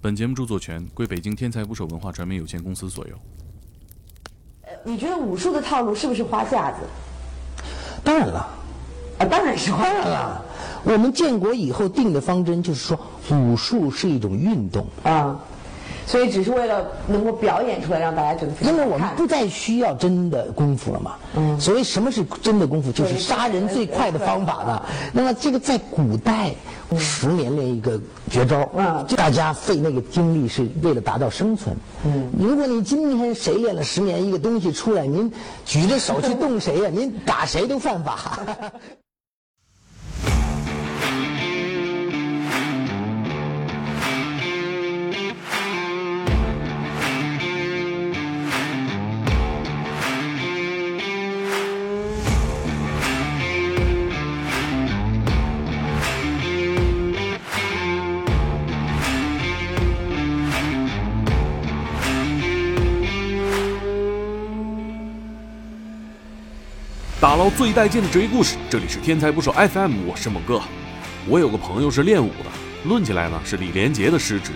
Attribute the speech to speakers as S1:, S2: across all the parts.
S1: 本节目著作权归北京天才捕手文化传媒有限公司所有。
S2: 你觉得武术的套路是不是花架子？
S3: 当然了，
S2: 啊，当然是花
S3: 当然
S2: 架
S3: 了，我们建国以后定的方针就是说，武术是一种运动，
S2: 子啊。所以只是为了能够表演出来，让大家觉得非常
S3: 因为
S2: 好
S3: 我们
S2: 看
S3: 不再需要真的功夫了嘛。所谓什么是真的功夫，就是杀人最快的方法呢。那么这个在古代，十年练一个绝招，
S2: 嗯
S3: 大家费那个精力是为了达到生存。如果你今天谁练了十年一个东西出来，您举着手去动谁呀、您打谁都犯法。
S1: 打捞最带劲的职业故事，这里是天才捕手 FM，我是猛哥。我有个朋友是练武的，论起来呢是李连杰的师侄，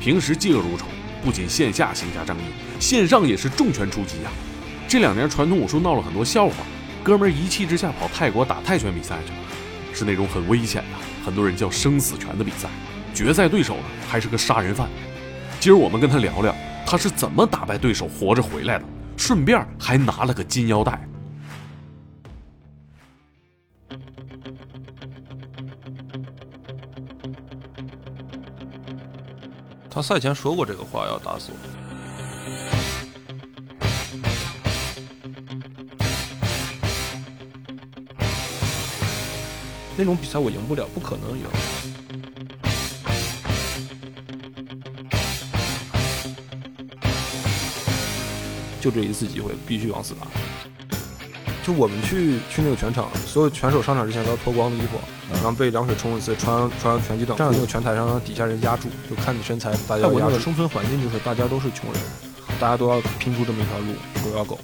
S1: 平时嫉恶如仇，不仅线下行侠仗义，线上也是重拳出击呀、啊这两年传统武术闹了很多笑话，哥们儿一气之下跑泰国打泰拳比赛去了，是那种很危险的，很多人叫生死拳的比赛，决赛对手呢还是个杀人犯。今儿我们跟他聊聊他是怎么打败对手活着回来的，顺便还拿了个金腰带。
S4: 他赛前说过这个话要打死我。那种比赛我赢不了，不可能赢。就这一次机会，必须往死打。就我们去去那个拳场，所有拳手上场之前都要脱光了衣服，然后被凉水冲一次，穿穿拳击短裤，站在那个拳台上，让底下人压住，就看你身材，大家要
S5: 泰国
S4: 压
S5: 那
S4: 住。
S5: 个生存环境就是大家都是穷人，
S4: 大家都要拼出这么一条路，狗咬狗。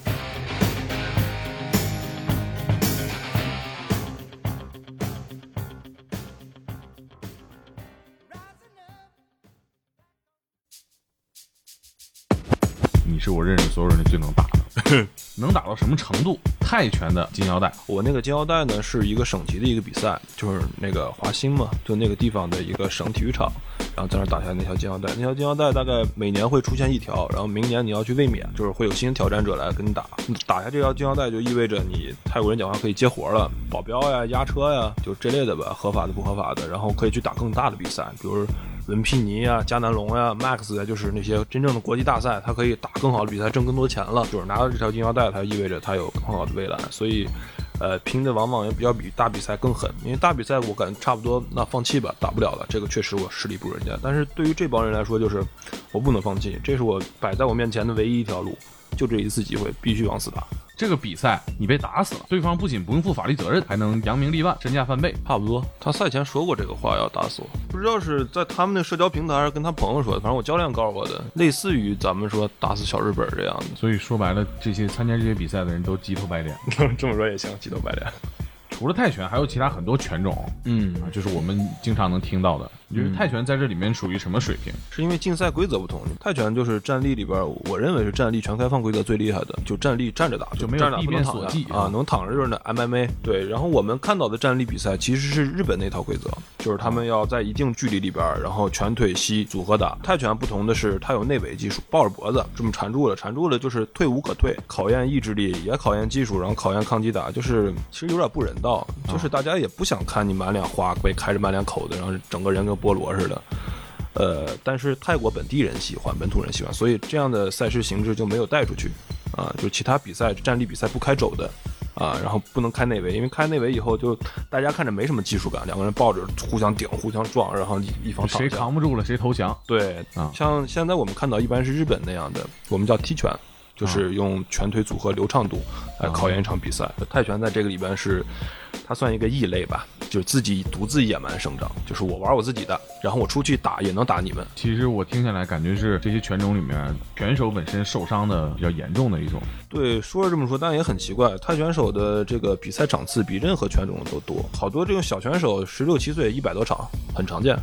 S6: 你是我认识所有人里最能打的， 能打到什么程度？泰拳的金腰带，
S4: 我那个金腰带呢，是一个省级的一个比赛，就是那个华兴嘛，就那个地方的一个省体育场，然后在那儿打下那条金腰带。那条金腰带大概每年会出现一条，然后明年你要去卫冕，就是会有新挑战者来跟你打。嗯打下这条金腰带就意味着你泰国人讲话可以接活了，保镖呀、押车呀，就这类的吧，合法的不合法的，然后可以去打更大的比赛，比如。伦皮尼啊、加南龙啊、Max 啊，就是那些真正的国际大赛，他可以打更好的比赛，挣更多钱了。就是拿到这条金腰带，它意味着他有更好的未来。所以，呃，拼的往往也比较比大比赛更狠，因为大比赛我感觉差不多，那放弃吧，打不了了。这个确实我实力不如人家，但是对于这帮人来说，就是我不能放弃，这是我摆在我面前的唯一一条路，就这一次机会，必须往死打。
S6: 这个比赛你被打死了，对方不仅不用负法律责任，还能扬名立万，身价翻倍。
S4: 差不多，他赛前说过这个话要打死我，不知道是在他们那社交平台还是跟他朋友说的，反正我教练告诉我的，类似于咱们说打死小日本这样的。
S6: 所以说白了，这些参加这些比赛的人都鸡头白脸。
S4: 这么说也行，鸡头白脸。
S6: 除了泰拳，还有其他很多拳种
S4: 嗯，
S6: 啊，就是我们经常能听到的。你觉得泰拳在这里面属于什么水平？
S4: 是因为竞赛规则不同，泰拳就是站立里边，我认为是站立全开放规则最厉害的，就站立站着打，
S6: 就没有
S4: 站着打
S6: 地
S4: 不
S6: 面
S4: 能躺
S6: 所
S4: 着
S6: 忌
S4: 啊，能躺着就是那 MMA。对，然后我们看到的站立比赛其实是日本那套规则，就是他们要在一定距离里边，然后拳腿膝组合打。泰拳不同的是，它有内围技术，抱着脖子这么缠住了，缠住了就是退无可退，考验意志力，也考验技术，然后考验抗击打，就是其实有点不人道，就是
S6: 啊
S4: 大家也不想看你满脸花，被开着满脸口子，然后整个人跟菠萝似的。呃，但是泰国本地人喜欢，本土人喜欢，所以这样的赛事形式就没有带出去，啊，就其他比赛站立比赛不开肘的，啊，然后不能开内围，因为开内围以后就大家看着没什么技术感，两个人抱着互相顶、互相撞，然后一一方
S6: 谁
S4: 躺下。
S6: 扛不住了谁投降。
S4: 对
S6: 啊，
S4: 像现在我们看到一般是日本那样的，我们叫踢拳，就是用拳腿组合流畅度来考验一场比赛。
S6: 啊
S4: 泰拳在这个里边是，它算一个异类吧，就是自己独自野蛮生长，就是我玩我自己的，然后我出去打也能打你们。
S6: 其实我听下来感觉是这些拳种里面，拳手本身受伤的比较严重的一种。
S4: 对，说是这么说，但也很奇怪，泰拳手的这个比赛场次比任何拳种都多，好多这种小拳手十六七岁一百多场，很常见。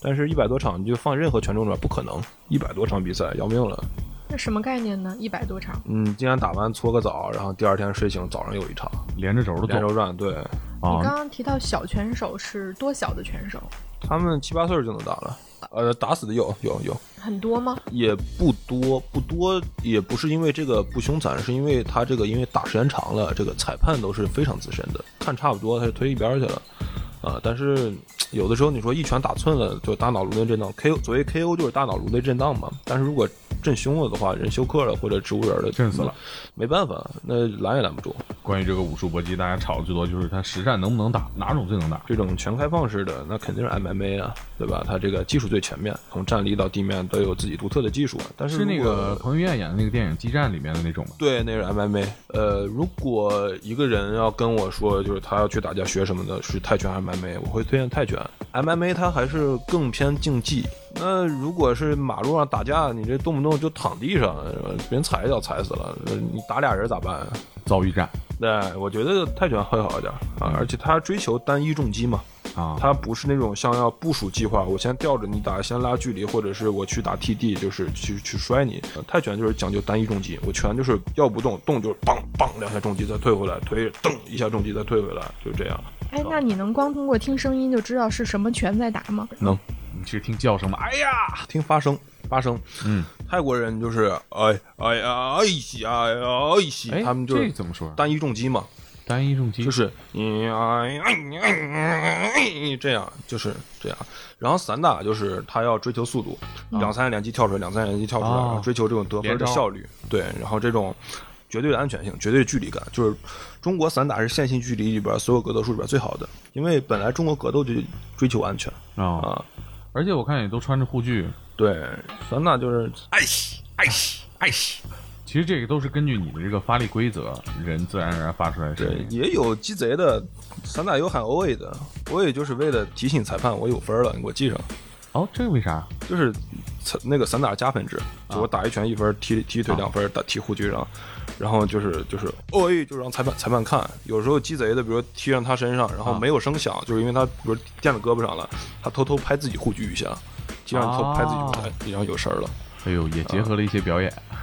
S4: 但是，一百多场你就放任何权重里边不可能，一百多场比赛要命了。
S7: 那什么概念呢？一百多场，
S4: 嗯，今天打完搓个澡，然后第二天睡醒早上有一场
S6: 连着轴的
S4: 连
S6: 做
S4: 轴转，对
S7: 你刚
S6: 啊，
S7: 刚提到小拳手是多小的拳手？
S4: 他们七八岁就能打了。呃，打死的有有有，
S7: 很多吗？
S4: 也不多，不多，也不是因为这个不凶残，是因为他这个因为打时间长了，这个裁判都是非常资深的，看差不多他就推一边儿去了，啊、但是有的时候你说一拳打寸了，就大脑颅内震荡，KO 所谓 KO 就是大脑颅内震荡嘛，但是如果震凶了的话，人休克了或者植物人了，
S6: 震死了，
S4: 没办法，那拦也拦不住。
S6: 关于这个武术搏击，大家吵的最多就是它实战能不能打，哪种最能打？
S4: 这种全开放式的，那肯定是 MMA 啊，对吧？它这个技术最全面，从站立到地面都有自己独特的技术啊。但
S6: 是那
S4: 如果
S6: 个彭于晏演的那个电影《激战》里面的那种吗？
S4: 对，那是 MMA。呃，如果一个人要跟我说，就是他要去打架学什么的，是泰拳还是 MMA，我会推荐泰拳。MMA 它还是更偏竞技。那如果是马路上打架，你这动不动就躺地上，呃别人踩一脚踩死了，呃你打俩人咋办、啊？
S6: 遭遇战
S4: 对，我觉得泰拳会好一点啊，而且它追求单一重击嘛，
S6: 啊，
S4: 它不是那种像要部署计划，我先吊着你打，先拉距离，或者是我去打 TD，就是去去摔你。呃泰拳就是讲究单一重击，我拳就是要不动，动就是梆梆两下重击再退回来，腿蹬一下重击再退回来，就这样。
S7: 哎，那你能光通过听声音就知道是什么拳在打吗？
S4: 能
S6: 你是听叫声吗？哎呀，
S4: 啊听发声，发声。
S6: 嗯，
S4: 泰国人就是哎哎呀哎西哎呀哎西，
S6: 哎，
S4: 他们就是
S6: 这怎么说？
S4: 单一重击嘛，
S6: 单一重击
S4: 就是你哎哎哎这样，就是这样。然后散打就是他要追求速度，两三连击跳出来，两三连击跳出来，
S6: 哦
S4: 然后追求这种得分
S6: 连招
S4: 的效率，对，然后这种绝对的安全性、绝对的距离感，就是中国散打是线性距离里边所有格斗术里边最好的，因为本来中国格斗就追求安全
S6: 啊，
S4: 啊，
S6: 而且我看也都穿着护具。
S4: 对，散打就是哎西哎西哎西。
S6: 其实这个都是根据你的这个发力规则，人自然而然发出来的声
S4: 对，
S6: 音。
S4: 也有鸡贼的，散打有喊 OA 的，OA 就是为了提醒裁判我有分了，你给我记上。
S6: 哦，这个为啥？
S4: 就是散那个散打加分制，就我打一拳一分，踢踢腿两分，打踢护具上，然后就是就是哦哎，就让裁判裁判看。有时候鸡贼的，比如踢上他身上，然后没有声响，就是因为他比如垫到胳膊上了，他偷偷拍自己护具一下，踢上偷拍自己护
S6: 啊
S4: 具，然后有事儿了。
S6: 哎呦，也结合了一些表演，
S4: 啊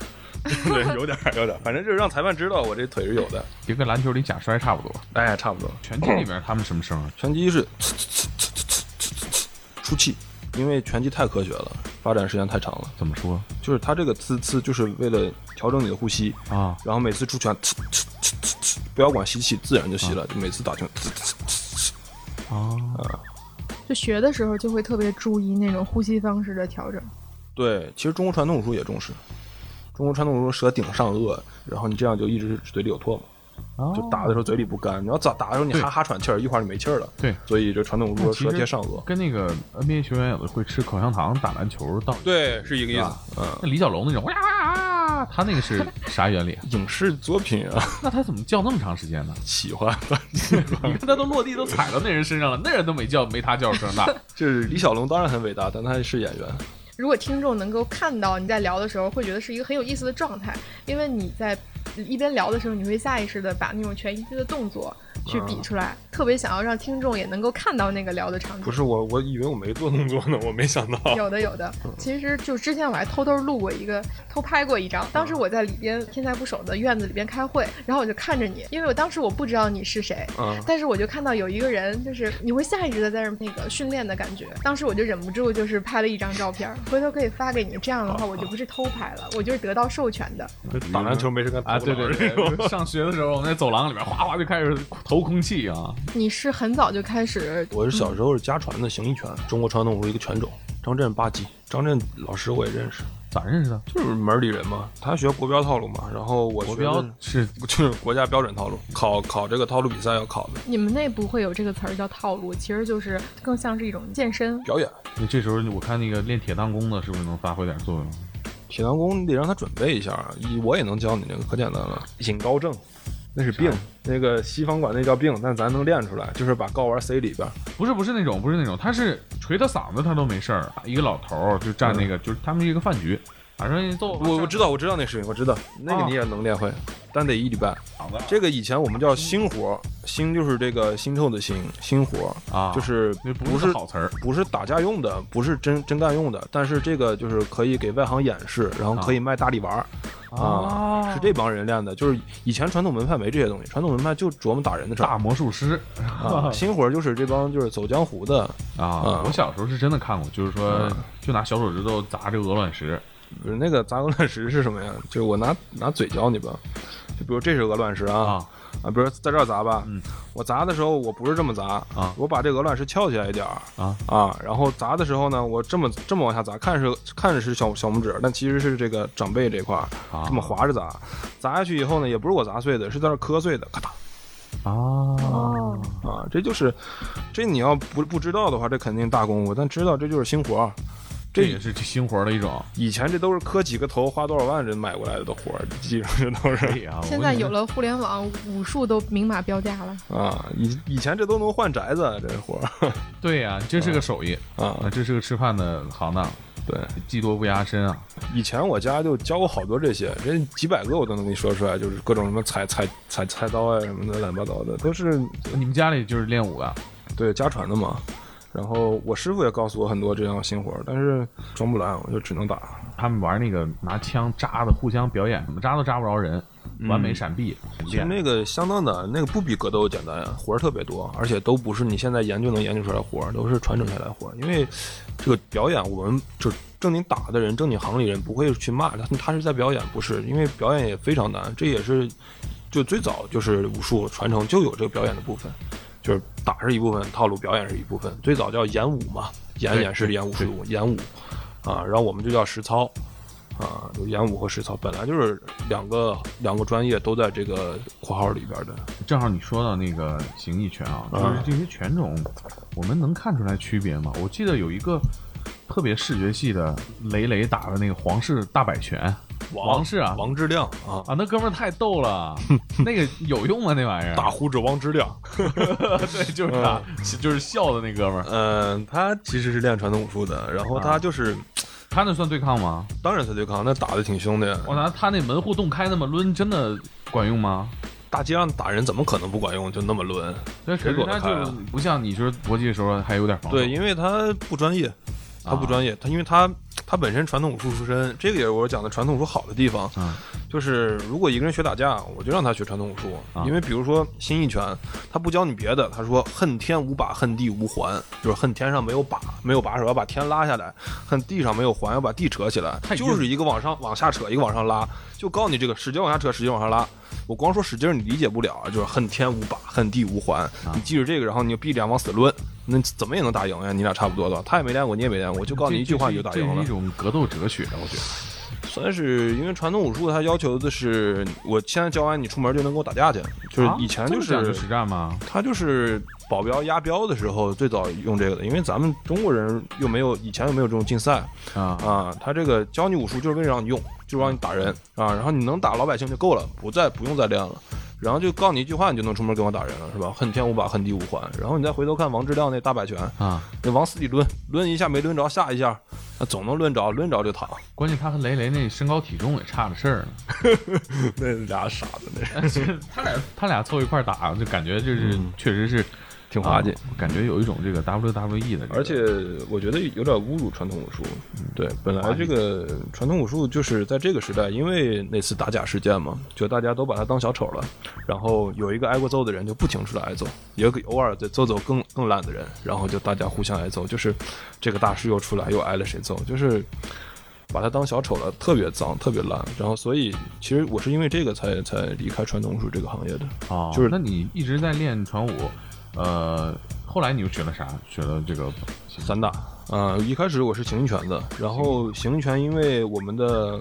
S4: 对，有点儿有点儿，反正就是让裁判知道我这腿是有的。
S6: 就跟篮球里假摔差不多。
S4: 哎，差不多。
S6: 拳击里边他们什么声啊？
S4: 拳击是呲呲呲呲呲呲呲呲出气，因为拳击太科学了，发展时间太长了。
S6: 怎么说
S4: 就是它这个呲呲，就是为了调整你的呼吸
S6: 啊
S4: 然后每次出拳，呲呲呲呲呲，不要管吸气，自然就吸了。就每次打拳，呲呲呲呲
S6: 啊？
S7: 就学的时候就会特别注意那种呼吸方式的调整。
S4: 对，其实中国传统武术也重视。中国传统武术舌顶上颚，然后你这样就一直嘴里有唾沫，就打的时候嘴里不干。你要咋打的时候你
S6: 对
S4: 哈哈喘气儿，一会儿就没气儿了。
S6: 对
S4: 所以这传统武术
S6: 那
S4: 说
S6: 其实
S4: 舌贴上颚，
S6: 跟那个 NBA 球员有的会吃口香糖打篮球到
S4: 对，是一个意思。嗯，
S6: 那李小龙那种哇啊，他那个是啥原 理？啊
S4: 影视作品啊，
S6: 那他怎么叫那么长时间呢？
S4: 喜 欢。
S6: 你看他都落地都踩到那人身上了，那人都没叫没他叫声 大。
S4: 就是李小龙当然很伟大，但他是演员。
S7: 如果听众能够看到你在聊的时候，会觉得是一个很有意思的状态，因为你在一边聊的时候，你会下意识的把那种拳击的动作去比出来，特别想要让听众也能够看到那个聊的场景。
S4: 不是我，我以为我没做动作呢，我没想到。
S7: 有的有的，其实就之前我还偷偷录过一个，偷拍过一张。当时我在里边天才捕手的院子里边开会，然后我就看着你，因为我当时我不知道你是谁，
S4: 嗯
S7: 但是我就看到有一个人，就是你会下意识的在那儿那个训练的感觉。当时我就忍不住就是拍了一张照片儿，回头可以发给你。这样的话，我就不是偷拍了，我就是得到授权的。
S4: 打篮球没事干
S6: 啊，对对，对，上学的时候我们在走廊里边哗哗就开始投空气啊，
S7: 你是很早就开始
S4: 我是小时候是家传的形意拳，中国传统武术一个拳种，张震八级。张震老师我也认识，
S6: 咋认识的？
S4: 就是门里人嘛，他学国标套路嘛，然后我
S6: 国
S4: 学
S6: 标
S4: 的
S6: 是
S4: 就是国家标准套路，考考这个套路比赛要考的
S7: 你们内部会有这个词儿叫套路，其实就是更像是一种健身。
S4: 表演。
S6: 那这时候我看那个练铁当功的，是不是能发挥点作用？
S4: 铁男功你得让他准备一下，啊一我也能教你那个，可简单了。引高症，那是病，那个西方管那叫病，但咱能练出来，就是把睾丸塞里边。
S6: 不是不是那种，不是那种，他是捶他嗓子他都没事儿。一个老头儿就站那个，就是他们一个饭局，反正揍
S4: 嗯我我知道我知道那视频，我知道哦那个你也能练会，但得一礼拜。这个以前我们叫新活，新就是这个新臭的新，新活
S6: 啊
S4: 就是
S6: 那不
S4: 不
S6: 是好词儿
S4: 不是打架用的，不是真真干用的，但是这个就是可以给外行演示，然后可以卖大力丸儿啊，是这帮人练的，就是以前传统门派没这些东西，传统门派就琢磨打人的事
S6: 大
S4: 儿。
S6: 魔术师
S4: 啊，新活就是这帮就是走江湖的，
S6: 啊
S4: 啊！
S6: 我小时候是真的看过，就是说就拿小手指头砸这个鹅卵石，
S4: 不是那个砸鹅卵石是什么呀？就是我拿拿嘴教你吧，就比如这是鹅卵石啊
S6: 啊
S4: 啊，比如在这儿砸吧，
S6: 嗯
S4: 我砸的时候我不是这么砸
S6: 啊
S4: 我把这鹅卵石翘起来一点儿
S6: 啊
S4: 啊，然后砸的时候呢，我这么这么往下砸，看是看着是小小拇指，但其实是这个掌背这块儿
S6: 啊
S4: 这么划着砸，砸下去以后呢，也不是我砸碎的，是在那儿磕碎的，咔嗒
S6: 啊，
S4: 啊，这就是这你要不不知道的话，这肯定大功夫，但知道这就是新活儿。
S6: 这
S4: 这
S6: 也是新活的一种。
S4: 以前这都是磕几个头，花多少万人买过来的活儿，基本上都是
S6: 哎呀，
S7: 现在有了互联网，武术都明码标价了。
S4: 啊。以以前这都能换宅子，啊这活儿
S6: 对呀，这是个手艺
S4: 啊。
S6: 这是个吃饭的行当，
S4: 对，
S6: 技多不压身啊。
S4: 以前我家就教过好多这些，人几百个我都能给你说出来，就是各种什么踩踩踩菜刀啊什么的，乱七八糟的，都是
S6: 你们家里就是练武的，
S4: 对家传的嘛。然后我师傅也告诉我很多这样的新活儿，但是装不来，我就只能打。
S6: 他们玩那个拿枪扎的，互相表演，怎么扎都扎不着人，完美闪避，
S4: 其实
S6: 练
S4: 那个相当难，那个不比格斗简单呀，活儿特别多，而且都不是你现在研究能研究出来的活儿，都是传承下来的活儿。因为这个表演，我们就正经打的人、正经行里人不会去骂他，他是在表演，不是因为表演也非常难，这也是就最早就是武术传承就有这个表演的部分，就是打是一部分，套路表演是一部分，最早叫演武嘛，演
S6: 对
S4: 演示演武术演武啊，然后我们就叫实操。啊，有演武和实操本来就是两个两个专业都在这个括号里边的。
S6: 正好你说到那个形意拳啊，就是
S4: 啊
S6: 这些拳种，我们能看出来区别吗？我记得有一个特别视觉系的雷雷打的那个皇室大摆拳，王室啊
S4: 王志亮啊，
S6: 啊，那哥们儿太逗 了，那个有用吗？那玩意儿
S4: 大胡子王志亮。
S6: 对，就是他，就是笑的那哥们儿，
S4: 嗯、他其实是练传统武术的，然后他就是，
S6: 他那算对抗吗？
S4: 当然他对抗，那打的挺凶的呀。
S6: 我拿他那门户洞开那么抡，真的管用吗？
S4: 大街上打人怎么可能不管用？就那么抡？
S6: 但
S4: 谁
S6: 是
S4: 躲
S6: 他
S4: 得开
S6: 就
S4: 啊
S6: 不像你说搏击的时候还有点防守，
S4: 对，因为他不专业，他不专业，他因为他他本身传统武术出身，这个也是我讲的传统武术好的地方，
S6: 嗯
S4: 就是如果一个人学打架，我就让他学传统武术，
S6: 啊
S4: 因为比如说新一拳，他不教你别的，他说恨天无把，恨地无还，就是恨天上没有把，没有把手要把天拉下来，恨地上没有环要把地扯起来
S6: 太，硬
S4: 就是一个往上往下扯，一个往上拉，就告诉你这个使劲往下扯，使劲往上拉。我光说使劲儿你理解不了，就是恨天无把，恨地无还。
S6: 啊
S4: 你记住这个，然后你就闭着眼往死抡，那怎么也能打赢呀？啊你俩差不多的，他也没练过，你也没练过，我就告诉
S6: 这
S4: 你一句话你就打赢
S6: 这是
S4: 了
S6: 一。种格斗哲学，我觉得。
S4: 算是因为传统武术它要求的是，我现在教完你出门就能跟我打架去，就是
S6: 啊
S4: 以前
S6: 这
S4: 就
S6: 么
S4: 是、
S6: 讲究实战吗？
S4: 他就是保镖押镖的时候最早用这个的，因为咱们中国人又没有以前又没有这种竞赛
S6: 啊
S4: 啊，他这个教你武术就是为了让你用，就是让你打人啊，然后你能打老百姓就够了，不再不用再练了。然后就告诉你一句话，你就能出门跟我打人了，是吧？恨天无把，恨地无还。然后你再回头看王志亮那大摆拳，
S6: 啊！
S4: 那往死里抡，抡一下没抡着，下一下，那总能抡着，抡着就躺。
S6: 关键他和雷雷那身高体重也差着事儿呢，
S4: 那俩傻子，那
S6: 他俩他俩凑一块儿打，就感觉就是、确实是
S4: 挺滑稽
S6: 啊。感觉有一种这个 WWE 的这个、
S4: 而且我觉得有点侮辱传统武术。对，本来这个传统武术就是在这个时代，因为那次打假事件嘛，就大家都把它当小丑了。然后有一个挨过揍的人就不停止的挨揍，也偶尔再揍揍更更烂的人，然后就大家互相挨揍，就是这个大师又出来又挨了谁揍，就是。把它当小丑了，特别脏，特别烂。然后，所以其实我是因为这个才才离开传统武术这个行业的。
S6: 哦，
S4: 就是
S6: 那你一直在练传武，呃，后来你又学了啥？学了这个
S4: 散打。啊、一开始我是形意拳的，然后形意拳因为我们的，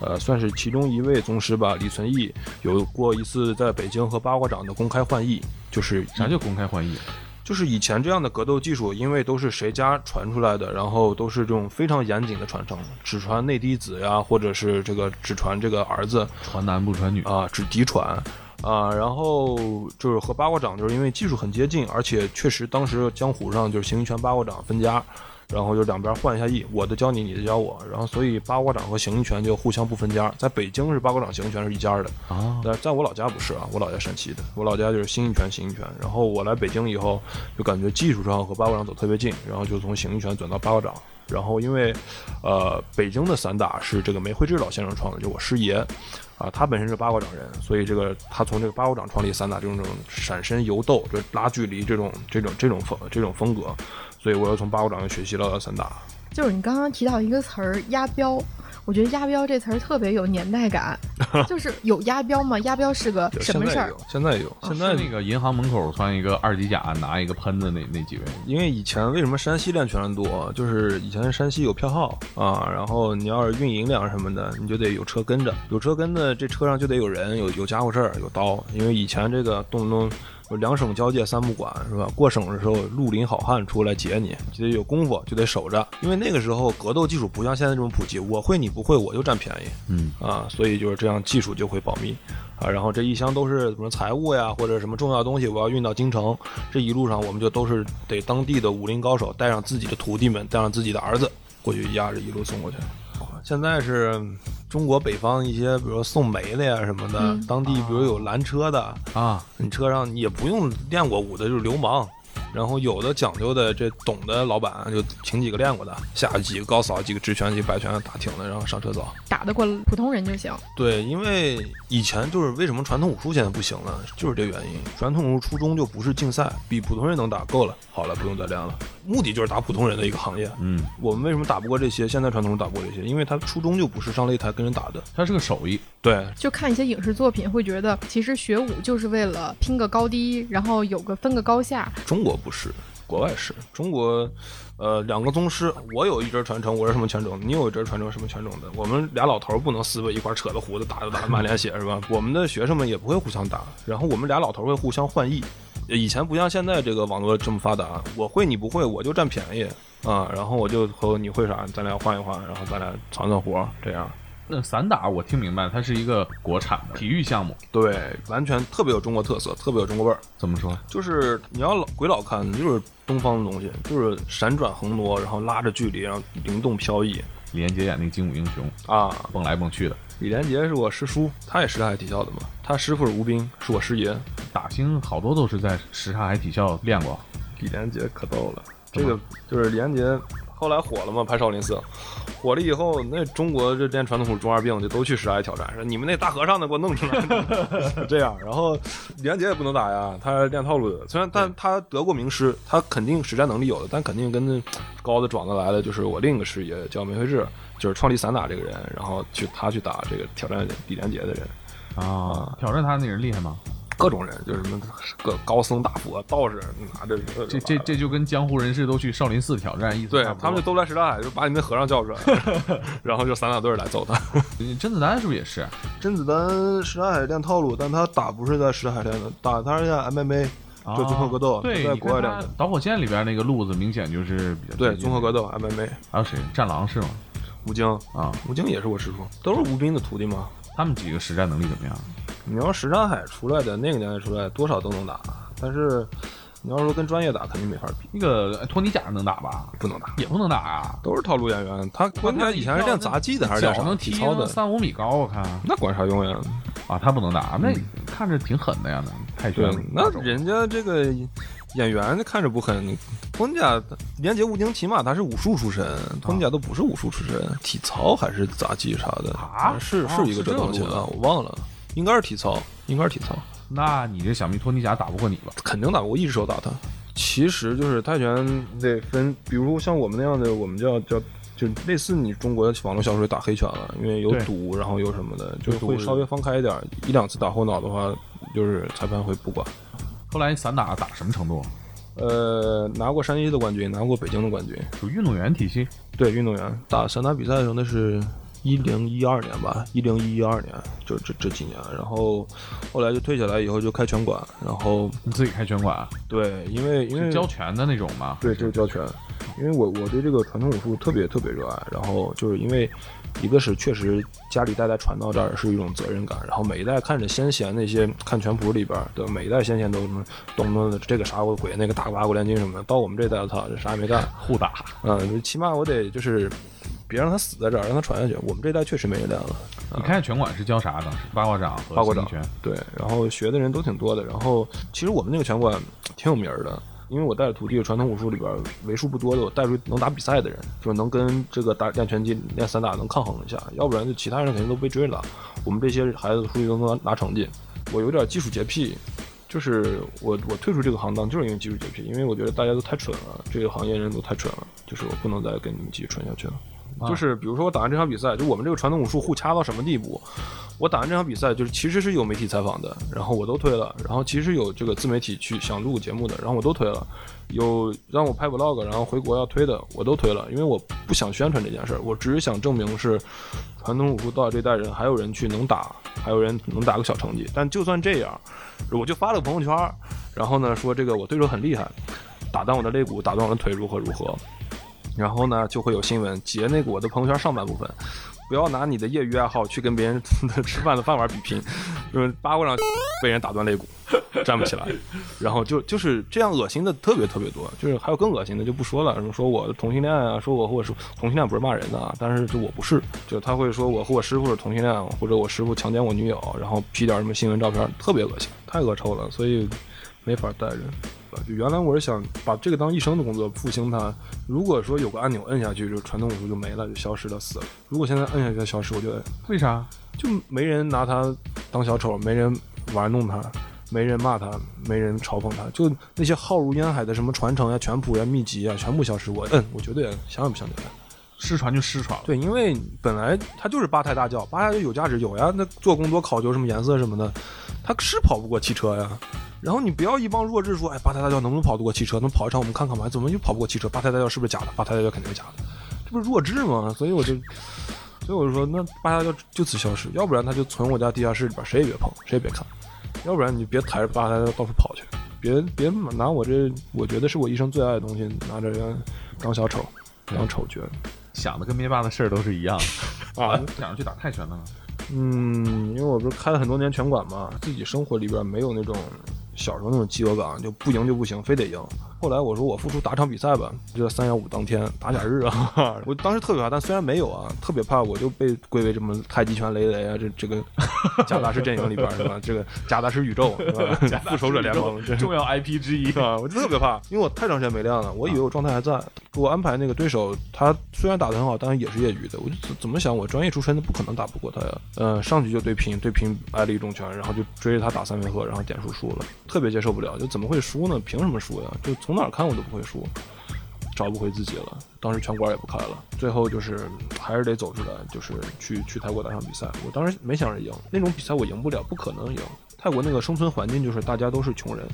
S4: 呃，算是其中一位宗师吧，李存义有过一次在北京和八卦掌的公开换艺，就是
S6: 啥叫公开换艺？
S4: 就是以前这样的格斗技术，因为都是谁家传出来的，然后都是这种非常严谨的传承，只传内弟子呀，或者是这个只传这个儿子，
S6: 传男不传女
S4: 啊，只嫡传。啊，然后就是和八卦掌，就是因为技术很接近，而且确实当时江湖上就是形意拳、八卦掌分家，然后就两边换一下役，我的教你，你的教我，然后所以八卦掌和形意拳就互相不分家。在北京是八卦掌、形意拳是一家的，
S6: 啊，
S4: 但是在我老家不是啊，我老家陕西的，我老家就是形意拳、形意拳。然后我来北京以后，就感觉技术上和八卦掌走特别近，然后就从形意拳转到八卦掌。然后因为，呃，北京的散打是这个梅惠志老先生创的，就我师爷，啊，他本身是八卦掌人，所以这个他从这个八卦掌创立散打这种这种闪身游斗、这拉距离这种这种这种风这种风格，所以我又从八卦掌又学习了散打。
S7: 就是你刚刚提到一个词儿“压标”，我觉得“压标”这词儿特别有年 代感，就是有压标吗？压标是个什么事儿？哦
S4: 现在有，现在有，现
S6: 现
S4: 在
S6: 在那个银行门口穿一个二级甲，拿一个喷子那那几位，
S4: 因为以前为什么山西练拳的多，就是以前山西有票号啊，然后你要是运营粮什么的，你就得有车跟着，有车跟着，这车上就得有人，有有家伙事儿，有刀。因为以前这个动不动有两省交界三不管是吧？过省的时候，绿林好汉出来截你，就得有功夫，就得守着。因为那个时候格斗技术不像现在这么普及，我会你不会，我就占便宜。
S6: 嗯
S4: 啊，所以就是这样，技术就会保密啊。然后这一箱都是什么财物呀，或者什么重要东西，我要运到京城。这一路上我们就都是得当地的武林高手带上自己的徒弟们，带上自己的儿子过去压着一路送过去。现在是中国北方一些，比如说送煤的呀什么的，当地比如有拦车的，
S6: 啊，
S4: 你车上也不用练过武的就是流氓，然后有的讲究的这懂的老板就请几个练过的，下去几个高扫，几个直拳，几个白拳打挺的，然后上车走。
S7: 打得过普通人就行。
S4: 对，因为以前就是为什么传统武术现在不行了，就是这原因。传统武术初衷就不是竞赛，比普通人能打够了，好了，不用再练了。目的就是打普通人的一个行业。
S6: 嗯，
S4: 我们为什么打不过这些？现在传统武术打不过这些，因为他初衷就不是上擂台跟人打的。
S6: 它是个手艺，
S4: 对，
S7: 就看一些影视作品，会觉得其实学武就是为了拼个高低，然后有个分个高下。
S4: 中国不是，国外是。中国，呃，两个宗师，我有一折传承，我是什么拳种的，你有一折传承什么拳种的。我们俩老头儿不能撕巴一块儿扯着胡子打着打得满脸血是吧？我们的学生们也不会互相打，然后我们俩老头儿会互相换艺。以前不像现在这个网络这么发达，我会你不会，我就占便宜啊、然后我就和你会啥，咱俩换一换，然后咱俩传传活儿，这样。
S6: 那散打我听明白，它是一个国产的体育项目，
S4: 对，完全特别有中国特色，特别有中国味儿。
S6: 怎么说？
S4: 就是你要老鬼佬看，就是东方的东西，就是闪转横挪，然后拉着距离，然后灵动飘逸
S6: 李连杰演那个精武英雄，
S4: 啊。
S6: 蹦来蹦去的，
S4: 李连杰是我师叔，他也是大海体校的嘛，他师傅是吴斌，是我师爷。
S6: 打星好多都是在什刹海体校练过，
S4: 李连杰可逗了，这
S6: 嗯
S4: 个就是李连杰后来火了嘛，拍少林寺。火了以后，那中国这练传统武术中二病就都去十来挑战，说你们那大和尚的给我弄出来， 是这样。然后李连杰也不能打呀，他是练套路的。虽然但他得过名师，他肯定实战能力有的，但肯定跟那高的壮的来的就是我另一个师爷叫梅惠志，就是创立散打这个人，然后去他去打这个挑战李连杰的人。
S6: 啊，挑战他那人厉害吗？
S4: 各种人，就是什么各高僧大佛、道士拿着
S6: 这这这就跟江湖人士都去少林寺挑战，意思
S4: 对
S6: 差不
S4: 他们就
S6: 多
S4: 都来什刹海，就把你那和尚叫出来， 然后就散打队儿来揍他。
S6: 甄子丹是不是也是？
S4: 甄子丹什刹海练套路，但他打不是在什刹海练的，打他是在 MMA，
S6: 啊
S4: 就综合格斗，
S6: 对，
S4: 在
S6: 你
S4: 国外
S6: 看
S4: 练
S6: 他
S4: 的。
S6: 导火线里边那个路子明显就是比较
S4: 对，
S6: 接近
S4: 综合格斗 MMA，
S6: 还有谁？战狼是吗？
S4: 吴京，
S6: 啊，
S4: 吴京也是我师傅，都是吴斌的徒弟嘛。
S6: 他们几个实战能力怎么样？
S4: 你要什刹海出来的那个年代出来，多少都能打，但是你要说跟专业打，肯定没法比，
S6: 那个哎托尼贾能打吧？
S4: 不能打。
S6: 也不能打啊，
S4: 都是套路演员，他关
S6: 他
S4: 键以前是练杂技的还是练
S6: 脚
S4: 啥
S6: 能
S4: 体
S6: 踢
S4: 操的？
S6: 三五米高，我看
S4: 那管啥用呀？
S6: 啊，他不能打，那看着挺狠的样子，泰拳
S4: 嗯对，那
S6: 那种
S4: 人家这个演员看着不狠，托尼贾连杰吴京起码他是武术出身，托尼贾都不是武术出身，体操还是杂技啥的
S6: 啊
S4: 是
S6: 哦
S4: 是一
S6: 是
S4: 个
S6: 这
S4: 这
S6: 种
S4: 东西
S6: 路子
S4: 啊，我忘了，应该是体操，应该是体操，
S6: 那你这想必托尼贾打不过你吧？
S4: 肯定打过，我一只手打他。其实就是泰拳得分，比如像我们那样的，我们叫叫。就类似你中国网络小说打黑拳了，因为有
S6: 对
S4: 赌，然后有什么的，就
S6: 有赌
S4: 会稍微放开一点。一两次打后脑的话，就是裁判会不管。
S6: 后来散打打什么程度？
S4: 呃，拿过山西的冠军，拿过北京的冠军。
S6: 属于运动员体系，
S4: 对，运动员打散打比赛的时候，那是一零一二年吧，一零一一二年，就这这几年。然后后来就退下来以后就开拳馆，然后
S6: 你自己开拳馆，啊
S4: 对，因为因为
S6: 是教拳的那种吗？
S4: 对这是教拳，因为我我对这个传统武术特别特别热爱，然后就是因为一个是确实家里代代传到这儿是一种责任感，然后每一代看着先贤那些看拳谱里边的每一代先贤都什么咚咚的这个啥我鬼那个打个八国联军什么的，到我们这代我操这啥也没干，
S6: 互打，
S4: 嗯，起码我得就是别让他死在这儿，让他传下去。我们这代确实没人干了，
S6: 你开的拳馆是教啥？当时八卦掌和
S4: 八卦
S6: 形
S4: 掌
S6: 意拳，
S4: 呃对，然后学的人都挺多的。然后其实我们那个拳馆挺有名儿的，因为我带的徒弟传统武术里边儿为数不多的，我带出能打比赛的人，就是能跟这个打练拳击、练散打能抗衡一下，要不然就其他人肯定都被追了。我们这些孩子出去都能拿拿成绩，我有点技术洁癖。就是我，我退出这个行当就是因为技术洁癖，因为我觉得大家都太蠢了，这个行业人都太蠢了，就是我不能再跟你们继续蠢下去了。就是比如说我打完这场比赛，就我们这个传统武术互掐到什么地步，我打完这场比赛，就是其实是有媒体采访的，然后我都推了，然后其实有这个自媒体去想录节目的，然后我都推了，有让我拍 vlog，然后回国要推的，我都推了，因为我不想宣传这件事儿，我只是想证明是传统武术到这代人还有人去能打，还有人能打个小成绩。但就算这样，我就发了个朋友圈儿，然后呢说这个我对手很厉害，打断我的肋骨，打断我的腿，如何如何。然后呢，就会有新闻截那个我的朋友圈上半部分，不要拿你的业余爱好去跟别人吃饭的饭碗比拼， 就是八卦掌被人打断肋骨，站不起来，然后就就是这样恶心的特别特别多，就是还有更恶心的就不说了，什么说我同性恋啊，说我或者说同性恋不是骂人的啊，但是就我不是，就他会说我和我师傅是同性恋，或者我师傅强奸我女友，然后 P 点什么新闻照片，特别恶心，太恶臭了，所以没法带人。就原来我是想把这个当一生的工作复兴它。如果说有个按钮摁下去，就传统武术就没了，就消失了，死了。如果现在摁下去它消失，我觉得
S6: 为啥？
S4: 就没人拿它当小丑，没人玩弄它，没人骂它，没人嘲讽它。就那些浩如烟海的什么传承呀、拳谱呀、秘籍呀，全部消失。我摁，我绝对摁，想也不想就摁。
S6: 失传就失传了。
S4: 对，因为本来它就是八抬大轿，八抬就有价值，有呀。那做工多考究，什么颜色什么的，它是跑不过汽车呀。然后你不要一帮弱智说，哎，八抬大轿能不能跑得过汽车？能跑一场我们看看吧。怎么就跑不过汽车？八抬大轿是不是假的？八抬大轿肯定是假的，这不是弱智吗？所以我就，所以我就说，那八抬大轿就此消失，要不然它就存我家地下室里边，谁也别碰，谁也别看，要不然你就别抬着八抬大轿到处跑去，别别拿我这，我觉得是我一生最爱的东西，拿着当小丑，当丑角。
S6: 想的跟灭霸的事儿都是一样的
S4: 啊
S6: 你想着去打泰拳了吗？
S4: 嗯，因为我不是开了很多年拳馆嘛，自己生活里边没有那种小时候那种饥饿感，就不赢就不行，非得赢。后来我说我复出打场比赛吧，就在三幺五当天打假日啊。 我当时特别怕，但虽然没有啊，特别怕我就被归为什么太极拳雷雷啊，这这个 贾达式阵营里边是吧？这个贾达式宇宙是 吧？复仇者联盟这
S6: 重要 IP 之一
S4: 啊，我就特别怕， 啊因为我太长时间没练了，我以为我状态还在。给我安排那个对手，他虽然打得很好，但是也是业余的。我就怎怎么想，我专业出身的不可能打不过他呀。呃，上去就对拼，对拼挨了一重拳，然后就追着他打三回合，然后点数输了，特别接受不了。就怎么会输呢？凭什么输呀？就从哪儿看我都不会输。找不回自己了，当时拳馆也不开了，最后就是还是得走出来，就是去去泰国打场比赛。我当时没想着赢，那种比赛我赢不了，不可能赢。泰国那个生存环境就是大家都是穷人，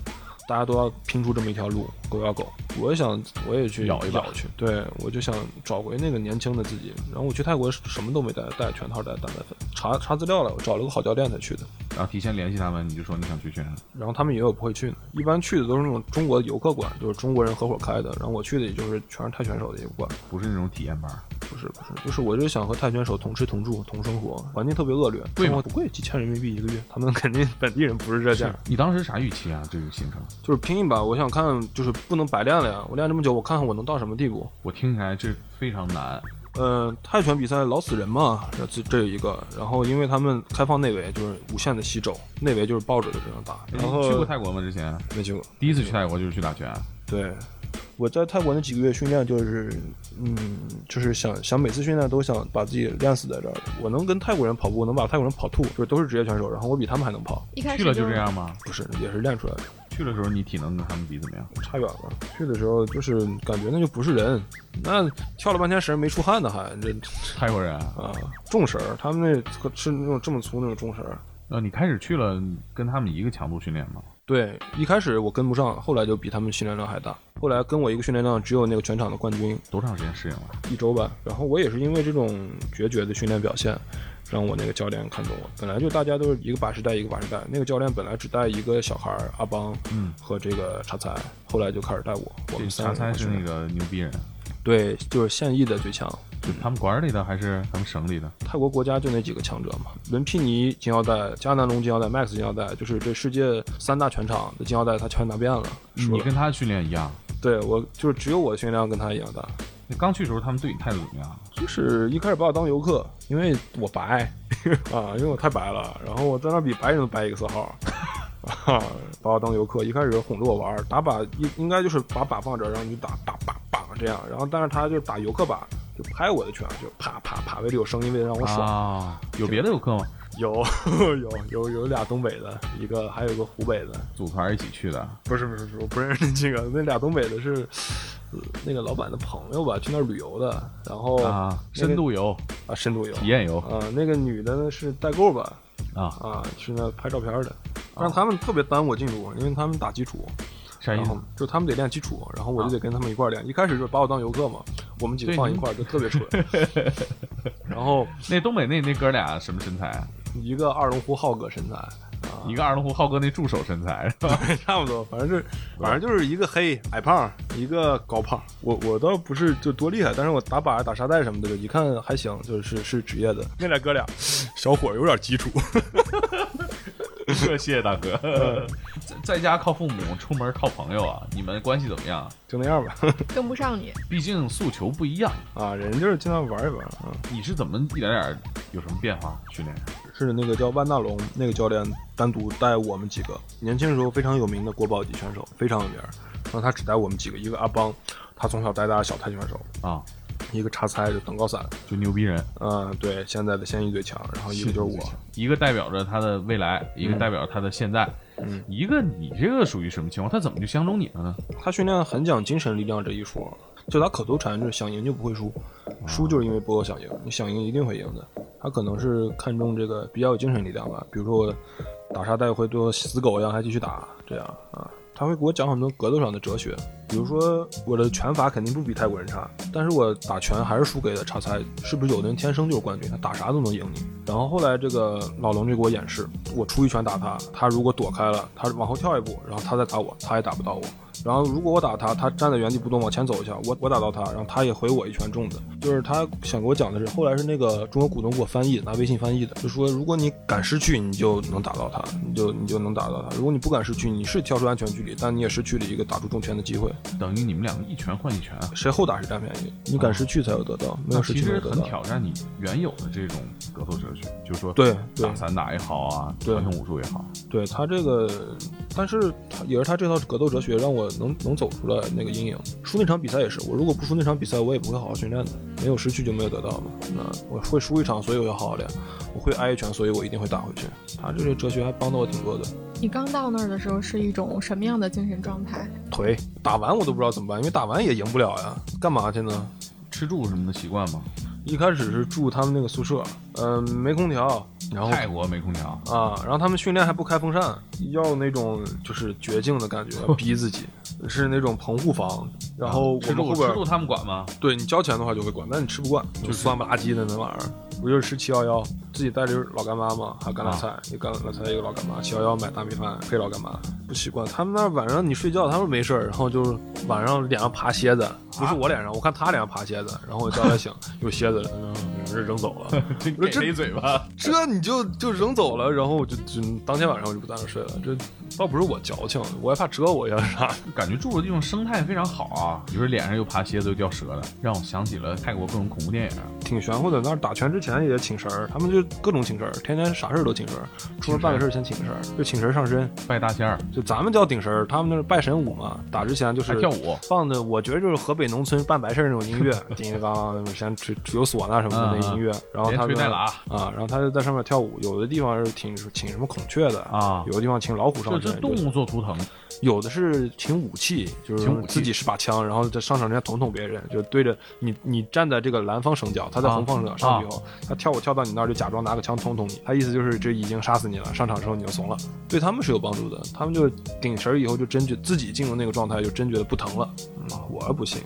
S4: 大家都要拼出这么一条路，狗咬狗。我也想，我也去
S6: 咬一把
S4: 去，对我就想找回那个年轻的自己。然后我去泰国什么都没带，带拳套，带蛋白粉，查查资料了，我找了个好教练才去的。
S6: 然后提前联系他们，你就说你想去拳山。
S4: 然后他们也有不会去的，一般去的都是那种中国游客馆，就是中国人合伙开的。然后我去的也就是全是泰拳手的一个馆。
S6: 不是那种体验班儿，
S4: 不是不是，就是我就是想和泰拳手同吃同住同生活，环境特别恶劣，
S6: 贵吗
S4: 生活不贵，几千人民币一个月，他们肯定本地人不是这价，
S6: 你当时啥预期啊？这个行程，
S4: 就是拼一把，我想看就是不能白练了呀，我练这么久，我看看我能到什么地步。
S6: 我听起来这非常难。
S4: 呃，泰拳比赛老死人嘛，这这这一个，然后因为他们开放内围，就是无限的吸肘，内围就是抱着就这样打，然后
S6: 哎你去过泰国吗？之前
S4: 没去过，
S6: 第一次去泰国就是去打拳，
S4: 对，我在泰国那几个月训练就是，嗯，就是想想每次训练都想把自己练死在这儿。我能跟泰国人跑步，能把泰国人跑吐，就是都是职业选手，然后我比他们还能跑，
S7: 一开始
S6: 去了就这样吗？
S4: 不是也是练出来的，
S6: 去的时候你体能跟他们比怎么样？
S4: 差远了。去的时候就是感觉那就不是人，那跳了半天绳没出汗呢还这
S6: 泰国人啊，
S4: 啊重绳儿，他们那可是那种这么粗那种重绳儿。
S6: 呃，你开始去了跟他们一个强度训练吗？
S4: 对，一开始我跟不上，后来就比他们训练量还大。后来跟我一个训练量只有那个全场的冠军，
S6: 多长时间适应了？
S4: 一周吧。然后我也是因为这种决绝的训练表现，让我那个教练看中我。本来就大家都是一个把式带一个把式带，那个教练本来只带一个小孩儿阿邦，
S6: 嗯
S4: 和这个查才，后来就开始带我。我
S6: 这
S4: 们三
S6: 查
S4: 个人
S6: 猜是
S4: 一块训
S6: 那
S4: 练
S6: 个牛逼人，
S4: 对，就是现役的最强。
S6: 就他们馆里的还是咱们省里的？
S4: 泰国国家就那几个强者嘛，伦皮尼金腰带、加南龙金腰带、Max 金腰带，就是这世界三大拳场的金腰带，他全拿遍了。
S6: 嗯
S4: 输
S6: 你
S4: 了
S6: 跟他训练一样。
S4: 对我就是只有我的训练量跟他一样大，
S6: 那刚去的时候他们对你态度怎么样？啊
S4: 就是一开始把我当游客，因为我白啊，因为我太白了，然后我在那儿比白人都白一个色号。啊，把我当游客，一开始哄着我玩儿，打靶应应该就是把靶放这儿，然后你打打靶靶这样，然后但是他就打游客靶，就拍我的拳，就啪啪啪，为了有声音，为了让我爽。
S6: 啊，有别的游客吗？
S4: 有有有有俩东北的，一个还有一个湖北的，
S6: 组团一起去的，
S4: 不是不是不是，我不认识这个，那俩东北的是。呃那个老板的朋友吧，去那儿旅游的，然后
S6: 啊，
S4: 哦那个
S6: 深度游、
S4: 啊深度游
S6: 体验游
S4: 啊、那个女的呢是代购吧，
S6: 啊，
S4: 啊去那拍照片的，让他们特别耽误我进度，因为他们打基础，
S6: 啥意
S4: 然
S6: 思
S4: 后？就他们得练基础，然后我就
S6: 啊
S4: 得跟他们一块儿练。一开始就把我当游客嘛，我哦们几个
S6: 对
S4: 放一
S6: 你
S4: 块儿就特别 蠢，然后
S6: 那东北那那哥俩什么身材啊？
S4: 一个二龙湖浩哥身材，
S6: 一个二龙湖浩哥那助手身材是吧？
S4: 差不多，反正是，反正就是一个黑矮胖，一个高胖。我我倒不是就多厉害，但是我打靶、打沙袋什么的，一看还行，就是是职业的。那俩哥俩，小伙儿有点基础。
S6: 谢谢大哥，
S4: 嗯
S6: 在在家靠父母，出门靠朋友啊！你们关系怎么样？
S4: 就那样吧。
S7: 跟不上你。
S6: 毕竟诉求不一样，
S4: 啊，人就是经常玩一玩啊。
S6: 你是怎么一点点儿有什么变化？训练上
S4: 是那个叫万大龙那个教练单独带我们几个，年轻时候非常有名的国宝级选手，非常有名儿。然后他只带我们几个，一个阿邦，他从小带大的小泰拳手，
S6: 啊，
S4: 一个查猜就短高散，
S6: 就牛逼人，
S4: 嗯，对，现在的现役最强，然后一个就是我，
S6: 一个代表着他的未来，一个代表着他的现在，
S4: 嗯
S6: 一个你这个属于什么情况？他怎么就相中你了呢？
S4: 他训练很讲精神力量这一说，啊就他口头禅就是想赢就不会输，输就是因为不够想赢，你想赢一定会赢的。他可能是看重这个比较有精神力量吧，比如说我打沙袋会对我死狗一样还继续打，这样啊。他会给我讲很多格斗上的哲学，比如说我的拳法肯定不比泰国人差，但是我打拳还是输给了查才，是不是有的人天生就是冠军，他打啥都能赢你？然后后来这个老龙就给我演示，我出一拳打他，他如果躲开了，他往后跳一步，然后他再打我，他也打不到我。然后如果我打他，他站在原地不动，往前走一下，我我打到他，然后他也回我一拳重的。就是他想给我讲的是，后来是那个中国股东给我翻译，拿微信翻译的，就说如果你敢失去，你就能打到他，你就你就能打到他；如果你不敢失去，你是跳出安全距离，但你也失去了一个打出重拳的机会。
S6: 等于你们两个一拳换一拳啊，
S4: 谁后打谁占便宜，你敢失去才有得到，没有
S6: 那
S4: 失
S6: 啊其
S4: 去没
S6: 实
S4: 有得
S6: 很
S4: 到。
S6: 挑战你原有的这种格斗哲学，就是说
S4: 对对
S6: 打散打也好啊，
S4: 对
S6: 传统武术也好，
S4: 对他这个，但是他也是他这套格斗哲学让我能能走出来那个阴影。输那场比赛也是，我如果不输那场比赛，我也不会好好训练的。没有失去就没有得到嘛。那我会输一场，所以我要好好练；我会挨一拳，所以我一定会打回去。他这个哲学还帮到我挺多的。
S7: 你刚到那儿的时候是一种什么样的精神 状态？
S4: 腿打完我都不知道怎么办，因为打完也赢不了呀，干嘛去呢？
S6: 吃住什么的习惯吗？
S4: 一开始是住他们那个宿舍，嗯、没空调，然后
S6: 泰国没空调，
S4: 啊，然后他们训练还不开风扇，要那种就是绝境的感 觉，要逼自己，是那种棚户房。然后我
S6: 吃
S4: 们
S6: 住
S4: 后
S6: 吃
S4: 边
S6: 住他们管 吗？
S4: 对你交钱的话就会管，但你吃不惯，就酸不拉几的那玩意儿。不就是吃七幺幺，自己带着老干妈嘛，还有橄榄菜，一个橄榄菜一个老干妈，七幺幺买大米饭配老干妈，不习惯。他们那儿晚上你睡觉，他们没事儿，然后就是晚上脸上爬蝎子，不是我脸上，我看他脸上爬蝎子，然后我叫他 醒，有蝎子了，然后然后就扔走了。
S6: 给
S4: 我说这
S6: 你一嘴巴，
S4: 这你就就扔走了，然后我就就当天晚上我就不在那儿睡了。这倒不是我矫情，我还怕折我呀啥的。
S6: 感觉住的地方生态非常好啊，比如说脸上又爬蝎子又掉蛇的，让我想起了泰国各种恐怖电影，
S4: 挺玄乎的，那儿打拳之前也请神儿，他们就各种请神儿，天天啥事儿都请神儿，出了办个事儿先请神儿，就请神儿上身。
S6: 拜大仙儿，
S4: 就咱们叫顶神儿，他们那是拜神舞嘛，打之前就是
S6: 还跳舞
S4: 放的，我觉得就是河北农村办白事儿那种 音乐，叮叮当当，先吹有唢呐什么的那音乐，然后
S6: 嗯连
S4: 他
S6: 吹
S4: 们
S6: 带拉
S4: 啊，然后他就在上面跳舞，有的地方是请请什么孔雀的
S6: 啊
S4: 有的地方请老虎上
S6: 这
S4: 身，
S6: 是
S4: 有的
S6: 动物做图
S4: 嗯
S6: 腾，
S4: 有的是请武器，就是
S6: 请武器
S4: 自己是把枪，然后在上场之前捅捅别人，就对着你，你站在这个蓝方省角，他在
S6: 啊
S4: 红方省角上去以后，他跳舞跳到你那儿就假装拿个枪捅捅你，他意思就是这已经杀死你了，上场的时候你就怂了，对他们是有帮助的，他们就顶神儿以后就真觉自己进入那个状态就真觉得不疼了，嗯、我不行。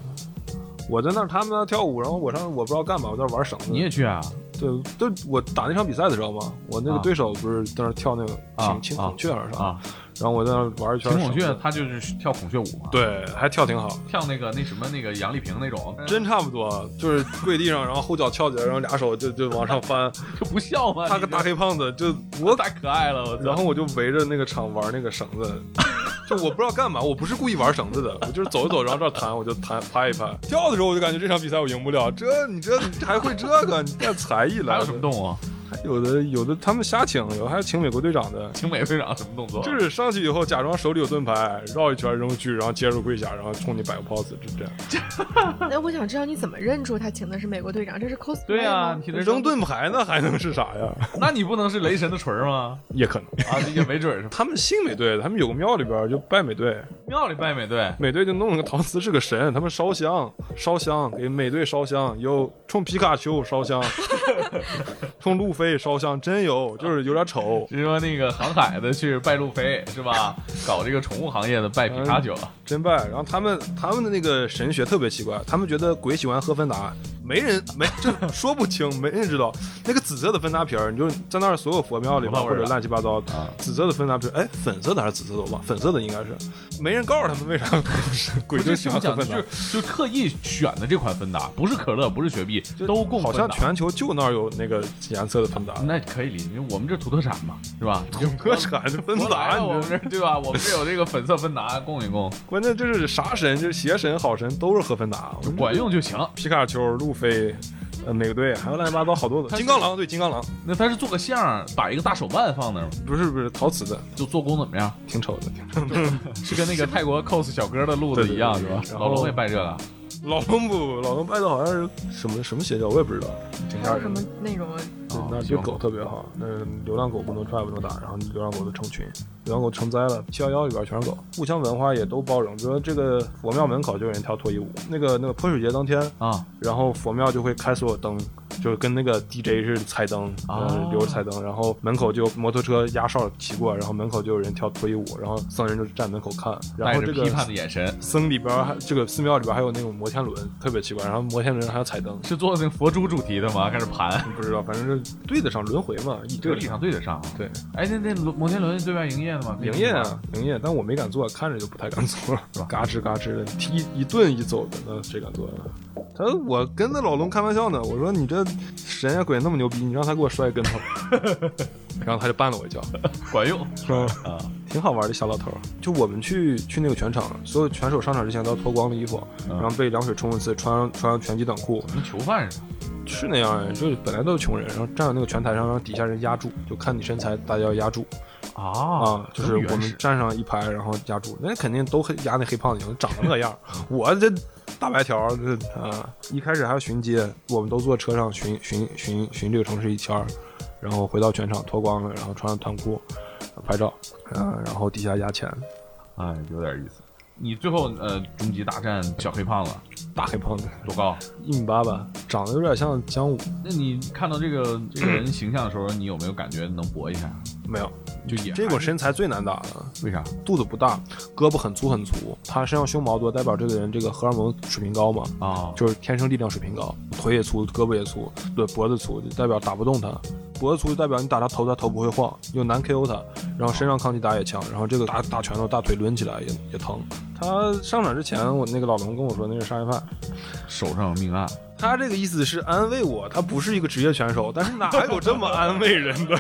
S4: 我在那儿，他们在那儿跳舞，然后我上我不知道干嘛，我在那儿玩绳子。
S6: 你也去啊？
S4: 对，对我打那场比赛的时候嘛，我那个
S6: 啊
S4: 对手不是在那儿跳那个
S6: 啊
S4: 请请
S6: 啊
S4: 孔雀还是啥，
S6: 啊
S4: 然后我在那玩一圈
S6: 挺
S4: 儿绳子，
S6: 孔雀，他就是跳孔雀舞嘛，，
S4: 对，还跳挺好，
S6: 跳那个那什么那个杨丽萍那种，
S4: 真差不多，啊就是跪地上，然后后脚翘起来，然后俩手就就往上翻。
S6: 就不笑吗？
S4: 他个大
S6: 你
S4: 黑胖子就
S6: 这
S4: 我
S6: 太可爱了，我操
S4: 然后我就围着那个场玩那个绳子，就我不知道干嘛，我不是故意玩绳子的，我就是走一走，然后这儿弹，我就弹拍一拍。跳的时候我就感觉这场比赛我赢不了，这你这你还会这个，你带才艺
S6: 还
S4: 来
S6: 有
S4: 了
S6: 什么动物？
S4: 还有的有的他们瞎请，有的还请美国队长的。
S6: 请美队长什么动作？
S4: 就是上去以后，假装手里有盾牌，绕一圈扔出去，然后接着跪下，然后冲你摆个 pose，就这样。
S7: 那我想知道你怎么认出他请的是美国队长？这是 cosplay
S6: 对啊，
S7: 吗
S6: 你得
S4: 扔，盾牌那还能是啥呀？
S6: 那你不能是雷神的锤儿吗？
S4: 也可能。
S6: 啊，也没准儿是
S4: 他们信美队，他们有个庙里边就拜美队，
S6: 庙里拜美队，
S4: 美队就弄了个陶瓷是个神，他们烧香烧香给美队烧香，有冲皮卡丘烧香， 冲路飞烧香，真有，就是有点丑，
S6: 就是说那个航海的去拜路飞是吧？搞这个宠物行业的拜皮卡丘，
S4: 嗯真拜。然后他们他们的那个神学特别奇怪，他们觉得鬼喜欢喝芬达，没人没就说不清，没人知道那个紫色的芬达瓶儿，你就在那儿所有佛庙里
S6: 不
S4: 面
S6: 到味
S4: 或
S6: 儿
S4: 者
S6: 了
S4: 乱七八糟的
S6: 啊
S4: 紫色的芬达瓶儿，哎，粉色的还是紫色的我忘，了，粉色的应该是，没人告诉他们为啥鬼就喜
S6: 这么讲
S4: 欢喝
S6: 的
S4: 芬达
S6: 就。是就特意选的这款芬达，不是可乐，不是雪碧，都供
S4: 好
S6: 芬
S4: 像
S6: 达。嗯
S4: 全球就那儿有那个颜色的芬达，
S6: 那可以理解，因为我们这土特产嘛，是吧？
S4: 特产的芬
S6: 我来
S4: 达，
S6: 了，我
S4: 你
S6: 们
S4: 这
S6: 这对吧？我们这有这个粉色芬达供一供，
S4: 关键就是啥神，就是邪神、好神都是喝芬达。我们
S6: 管用就行。
S4: 皮卡丘、路飞，呃，美国队，还有乱七八糟好多的。
S6: 它是
S4: 金刚狼对金刚狼，
S6: 那他是做个像儿，把一个大手办放那儿吗，
S4: 不是不是陶瓷的，
S6: 就做工怎么样？
S4: 挺丑的。挺丑的
S6: 是跟那个泰国 cos 小哥的路子一样是吧
S4: 对对对？然后
S6: 老龙也拜这个，
S4: 老龙不，老龙拜的好像是什么什么邪教，我也不知道。挺
S7: 还
S4: 吓
S7: 有什
S4: 人
S7: 么啊
S4: 的。
S7: 那种
S4: 对
S6: 哦
S4: 那对
S6: 行
S4: 狗特别好，那流浪狗不能踹，不能打，然后流浪狗都成群，流浪狗成灾了。七幺幺里边全是狗，互相文化也都包容。比如说这个佛庙门口就有人跳脱衣舞，那个那个泼水节当天
S6: 啊，
S4: 然后佛庙就会开所有灯，就是跟那个 DJ 似的彩灯，
S6: 哦
S4: 嗯，留着彩灯，然后门口就有摩托车压哨骑过，然后门口就有人跳脱衣舞，然后僧人就站门口看，然
S6: 带
S4: 后
S6: 着
S4: 这
S6: 批判
S4: 个
S6: 的眼神，
S4: 僧里边儿还这个寺庙里边儿还有那种摩天轮，特别奇怪，然后摩天轮还有彩灯，
S6: 是做那个佛珠主题的吗？开始盘。
S4: 不知道，反正是对得上轮回嘛，一
S6: 这个
S4: 对得
S6: 立
S4: 上。
S6: 场对得上啊。
S4: 对，
S6: 哎，那那摩天轮对外营业的吗？可以
S4: 营业啊，营业，但我没敢坐，看着就不太敢坐， 是吧？嘎吱嘎吱的，踢一顿一走的，那谁敢坐呀？他我跟那老龙开玩笑呢，我说你这神呀鬼那么牛逼，你让他给我摔跟 头，然后他就绊了我一脚，
S6: 管用
S4: 是吧？啊，挺好玩的小老头儿。就我们去去那个拳场，所有拳手上场之前都要脱光了衣服，然后被凉水冲一次，穿穿拳击短裤，
S6: 跟囚犯似的。
S4: 是那样呀，就是本来都是穷人，然后站在那个拳台上，让底下人压住，就看你身材，大家要压住。
S6: 啊
S4: 啊，就是我们站上一排，然后压住，那肯定都黑压那黑胖子赢，长得那 样儿。我这大白条儿，这啊，一开始还要巡街，我们都坐车上巡巡巡巡这个城市一圈儿，然后回到全场脱光了，然后穿上短裤拍照，啊，然后底下压钱，
S6: 哎，有点意思。你最后呃，终极大战小黑胖子
S4: 大黑胖子
S6: 多高？
S4: 一米八吧，长得有点像姜武，
S6: 那你看到这个这个人形象的时候，你有没有感觉能搏一下？
S4: 没有
S6: 就也
S4: 这种
S6: 还是
S4: 身材最难打了。
S6: 为啥？
S4: 肚子不大，胳膊很粗很粗，他身上胸毛多，代表这个人这个荷尔蒙水平高嘛，
S6: 啊
S4: 就是天生力量水平高，腿也粗，胳膊也粗，对，脖子粗，就代表打不动他，脖子粗就代表你打他头，他头不会晃，又难 KO 他，然后身上抗击打也强，然后这个打打拳头大腿抡起来也也疼。他上场之前，我那个老龙跟我说那是杀人犯，
S6: 手上有命案，
S4: 他这个意思是安慰我，他不是一个职业选手，但是哪有这么安慰人的？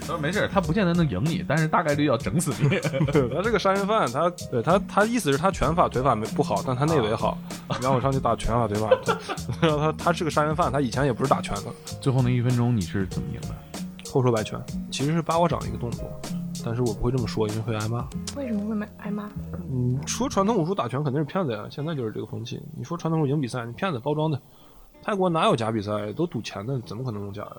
S6: 他说没事儿，他不见得能赢你，但是大概率要整死你。
S4: 他是个杀人犯，他对他他意思是他拳法腿法没不好，但他内围好。你让我上去打拳法腿 法，然后他他是个杀人犯，他以前也不是打拳的，
S6: 最后那一分钟你是怎么赢的？
S4: 后手摆拳其实是八卦掌一个动作，但是我不会这么说，因为会挨骂。
S7: 为什么会买挨骂？
S4: 嗯，说传统武术打拳肯定是骗子呀，现在就是这个风气。你说传统武术赢比赛，你骗子包装的。泰国哪有假比赛？都赌钱的，怎么可能弄假呀？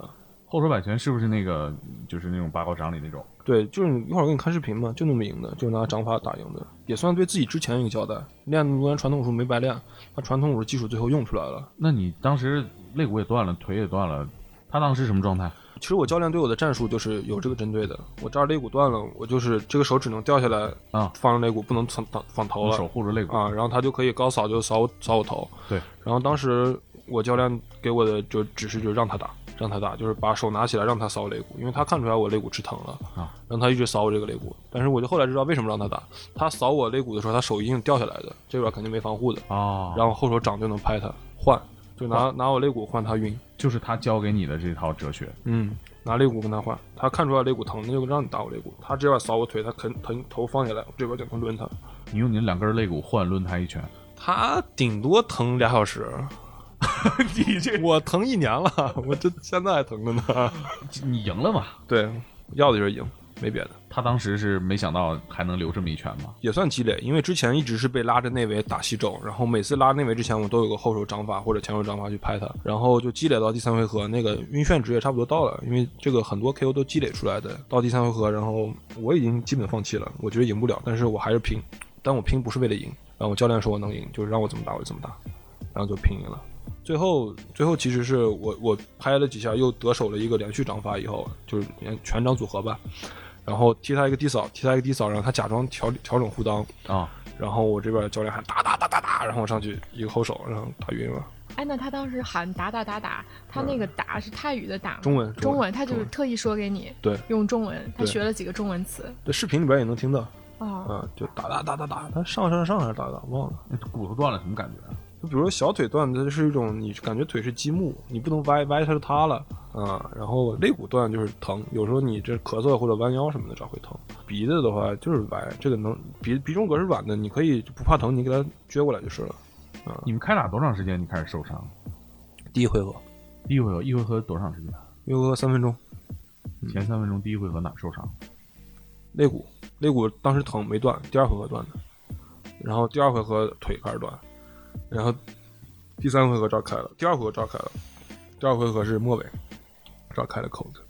S6: 后手摆拳是不是那个就是那种八卦掌里那种？
S4: 对，就是一会儿我给你看视频嘛，就那么赢的，就拿掌法打赢的，也算对自己之前一个交代。练那么多年传统武术没白练，把传统武术技术最后用出来了。
S6: 那你当时肋骨也断了，腿也断了，他当时什么状态？
S4: 其实我教练对我的战术就是有这个针对的。我这儿肋骨断了，我就是这个手只能掉下来
S6: 啊
S4: 放上肋骨不能放放头
S6: 手
S4: 了
S6: 护着肋骨
S4: 啊，然后他就可以高扫就扫我扫我头。
S6: 对，
S4: 然后当时我教练给我的就指示就是让他打，让他打，就是把手拿起来让他扫肋骨，因为他看出来我肋骨吃疼了，
S6: 啊，
S4: 让他一直扫我这个肋骨。但是我就后来知道为什么让他打，他扫我肋骨的时候，他手一定是掉下来的，这边肯定没防护的，
S6: 哦，
S4: 然后后手掌就能拍他换，就拿拿我肋骨换他晕，
S6: 就是他教给你的这套哲学，
S4: 嗯，拿肋骨跟他换，他看出来肋骨疼，那就让你打我肋骨，他这边扫我腿，他肯疼头放下来，我这边就能抡他，
S6: 你用你的两根肋骨换抡他一拳，
S4: 他顶多疼俩小时。 你这我疼一年了，我这现在还疼着 呢。
S6: 你赢了嘛？
S4: 对，要的就是赢，没别的，
S6: 他当时是没想到还能留这么一拳吗？
S4: 也算积累。因为之前一直是被拉着内围打西肘，然后每次拉内围之前，我都有个后手掌法或者前手掌法去拍他，然后就积累到第三回合，那个晕眩值也差不多到了，因为这个很多 KO 都积累出来的。到第三回合，然后我已经基本放弃了，我觉得赢不了，但是我还是拼，但我拼不是为了赢，然后我教练说我能赢，就是让我怎么打我就怎么打，然后就拼赢了。最后，最后其实是我我拍了几下，又得手了一个连续掌法以后，就是连全掌组合吧，然后踢他一个低扫，踢他一个低扫，然后他假装调调整护裆，
S6: 啊，
S4: 然后我这边教练喊打打打打打，然后我上去一个后手，然后打晕了。
S7: 哎，那他当时喊打打打打，他那个打是泰语的打吗，
S4: 嗯中文中文
S7: 中文，他就
S4: 中
S7: 是
S4: 文
S7: 特意说给你，
S4: 对
S7: 用中文，他
S4: 对
S7: 学了几个中文词
S4: 这视频里边也能听到，
S7: 啊，
S4: 啊，就打打打打打，他上上上还是打打忘了。
S6: 那骨头断了什么感觉啊？
S4: 就比如说小腿断，它是一种你感觉腿是积木，你不能歪歪它就塌了啊。然后肋骨断就是疼，有时候你这咳嗽或者弯腰什么的这会疼。鼻子的话就是歪，这个能鼻鼻中隔是软的，你可以就不怕疼，你给它撅过来就是了。
S6: 你们开打多长时间？你开始受伤？
S4: 第一回合，
S6: 第一回合，一回合多长时间？
S4: 一回合三分钟。
S6: 前三分钟，第一回合哪受伤？
S4: 肋骨，肋骨当时疼没断，第二回合断的，然后第二回合腿开始断，然后第三回合这儿开了，第二回合这儿开了，第二回合是末尾这儿开了口子，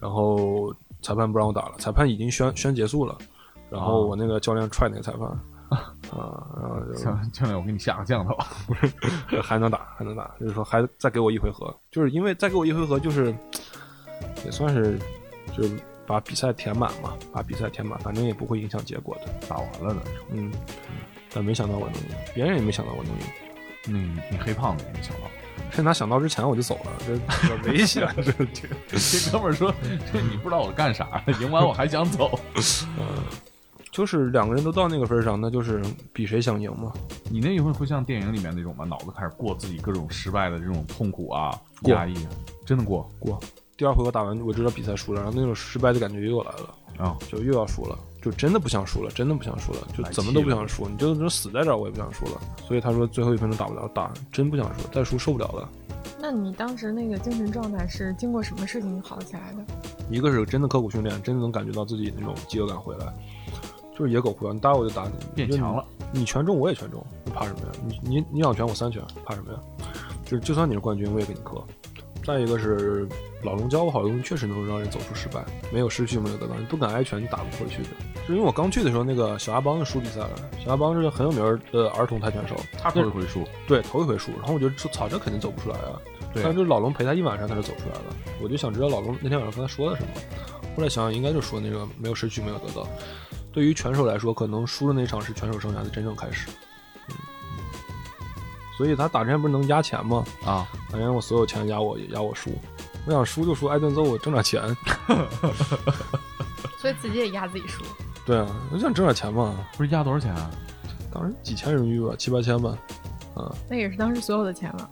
S4: 然后裁判不让我打了，裁判已经宣宣结束了，然后我那个教练踹那个裁判，啊，然后就
S6: 教教练，我给你下个降头。
S4: 还能打，还能打，就是说还再给我一回合，就是因为再给我一回合，就是也算是就是把比赛填满嘛，把比赛填满，反正也不会影响结果的，
S6: 打完了的，
S4: 嗯。但没想到我能赢，别人也没想到我能赢。
S6: 那你你黑胖子也没想到。
S4: 趁他想到之前我就走了，这比较危险，这这。
S6: 这哥们儿说：“这你不知道我干啥，赢完我还想 走。
S4: 就是两个人都到那个份儿上，那就是比谁想赢嘛。”
S6: 你那一会儿会像电影里面那种吗？脑子开始过自己各种失败的这种痛苦啊、
S4: 过
S6: 压抑啊，真的过
S4: 过。第二回合打完，我知道比赛输了，然后那种失败的感觉又来了。
S6: 啊！
S4: 就又要输了，就真的不想输了，真的不想输了，就怎么都不想输，你就就死在这儿，我也不想输了。所以他说最后一分钟打不了，打真不想输，再输受不了了。
S7: 那你当时那个精神状态是经过什么事情好起来的？
S4: 一个是真的刻苦训练，真的能感觉到自己那种饥饿感回来，就是野狗回来，你打我就打你，
S6: 变
S4: 就你
S6: 强了，
S4: 你全中我也全中，我怕什么呀？你你你两拳我三拳，怕什么呀？就是就算你是冠军，我也给你磕。再一个是老龙教我好多东西，确实能让人走出失败，没有失去，没有得到，你不敢挨拳，你打不回去的。就因为我刚去的时候，那个小阿邦就输比赛了，小阿邦是个很有名的儿童跆拳手，
S6: 他头一回输，
S4: 对，头一回输，然后我觉得这操，这肯定走不出来啊。
S6: 对
S4: 但是老龙陪他一晚上，他就走出来了。我就想知道老龙那天晚上跟他说了什么。后来想想，应该就说那个没有失去，没有得到。对于拳手来说，可能输的那场是拳手生涯的真正开始。嗯，所以他打之前不是能压钱吗？
S6: 啊，
S4: 反正我所有钱压我，压我输。我想输就输，挨顿揍我挣点钱。
S7: 所以自己也压自己输，
S4: 对啊，我想挣点钱嘛，
S6: 不是压多少钱啊？
S4: 当时几千人民币吧，七八千吧。
S7: 那也是当时所有的钱了。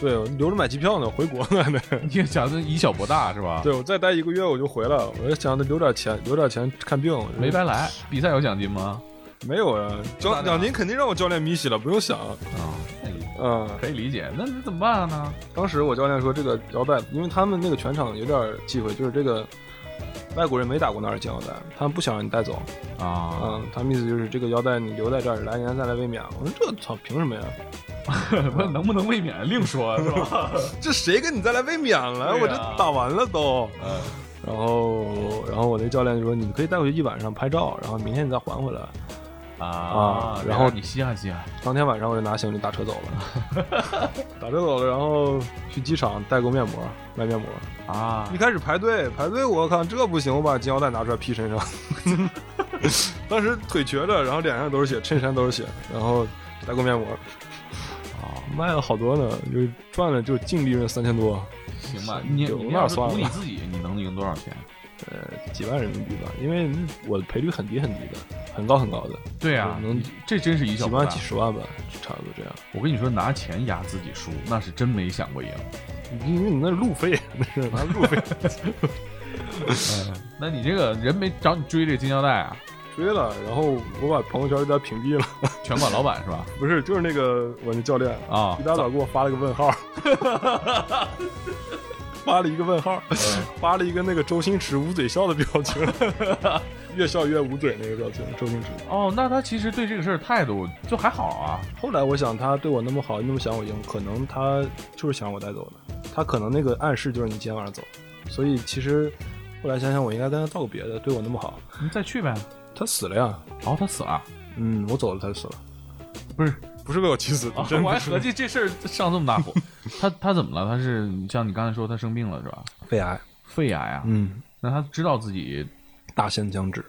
S4: 对，我留着买机票呢，回国呢。
S6: 你也想着以小博大是吧？
S4: 对，我再待一个月我就回来了。我就想着留点钱，留点钱看病。
S6: 没白来，比赛有奖金吗？
S4: 没有呀，
S6: 咋
S4: 教
S6: 的啊
S4: 奖金肯定让我教练咪洗了，不用想。
S6: 啊，那也
S4: 嗯，
S6: 可以理解。那你怎么办呢？
S4: 当时我教练说这个腰带，因为他们那个全场有点忌讳，就是这个外国人没打过那儿的腰带，他们不想让你带走。
S6: 啊，
S4: 嗯，他们意思就是这个腰带你留在这儿，来年再来卫冕。我说这操，凭什么呀？
S6: 不是能不能卫冕另说是 吧？
S4: 这谁跟你再来卫冕了？
S6: 对呀
S4: 我这打完了都。
S6: 嗯
S4: 然后，然后我那教练就说，你可以带回去一晚上拍照，然后明天你再还回来。啊然后
S6: 你稀罕稀罕，
S4: 当天晚上我就拿行李打车走了， 打车走了，然后去机场代购面膜，卖面膜。
S6: 啊
S4: 一开始排队排队，我靠，这不行，我把金腰带拿出来披身上。 当时腿瘸着，然后脸上都是血，衬衫都是血，然后代购面膜。
S6: 啊，
S4: 卖了好多呢，就是赚了就净利润三千多，
S6: 行吧，你
S4: 就
S6: 你
S4: 那
S6: 要是
S4: 算
S6: 赌你
S4: 了，
S6: 自己，你能赢多少 钱？
S4: 呃，几万人民币吧，因为我的赔率很低很低的，很高很高的，
S6: 对啊，
S4: 能
S6: 你这真是以
S4: 几
S6: 小博
S4: 万
S6: 大
S4: 几十万吧，差不多这样。
S6: 我跟你说，拿钱压自己输，那是真没想过 赢。
S4: 因为你那是路费，那是拿路 费
S6: 哎那你这个人没找你追这金腰带啊？
S4: 追了，然后我把朋友圈给他屏蔽了，
S6: 拳馆老板是吧？
S4: 不是，就是那个我那教练
S6: 啊
S4: 一大早给我发了个问 号，发了一个问号，发了一个那个周星驰捂嘴笑的表情， 越笑越捂嘴那个表情，周星驰。
S6: 哦，那他其实对这个事儿态度就还好啊。
S4: 后来我想，他对我那么好，那么想我赢，可能他就是想让我带走的，他可能那个暗示就是你今天晚上走，所以其实后来想想，我应该跟他道个别的，对我那么好，
S6: 你再去呗。
S4: 他死了呀，
S6: 哦，他死了，
S4: 嗯，我走了，他就死了。
S6: 不是？
S4: 不是被我气死的，
S6: 啊
S4: 真
S6: 我还
S4: 不是
S6: 合计这事儿上这么大火。 他他怎么了？他是像你刚才说，他生病了是吧？
S4: 肺癌，
S6: 肺癌啊？
S4: 嗯，
S6: 那他知道自己
S4: 大限将至。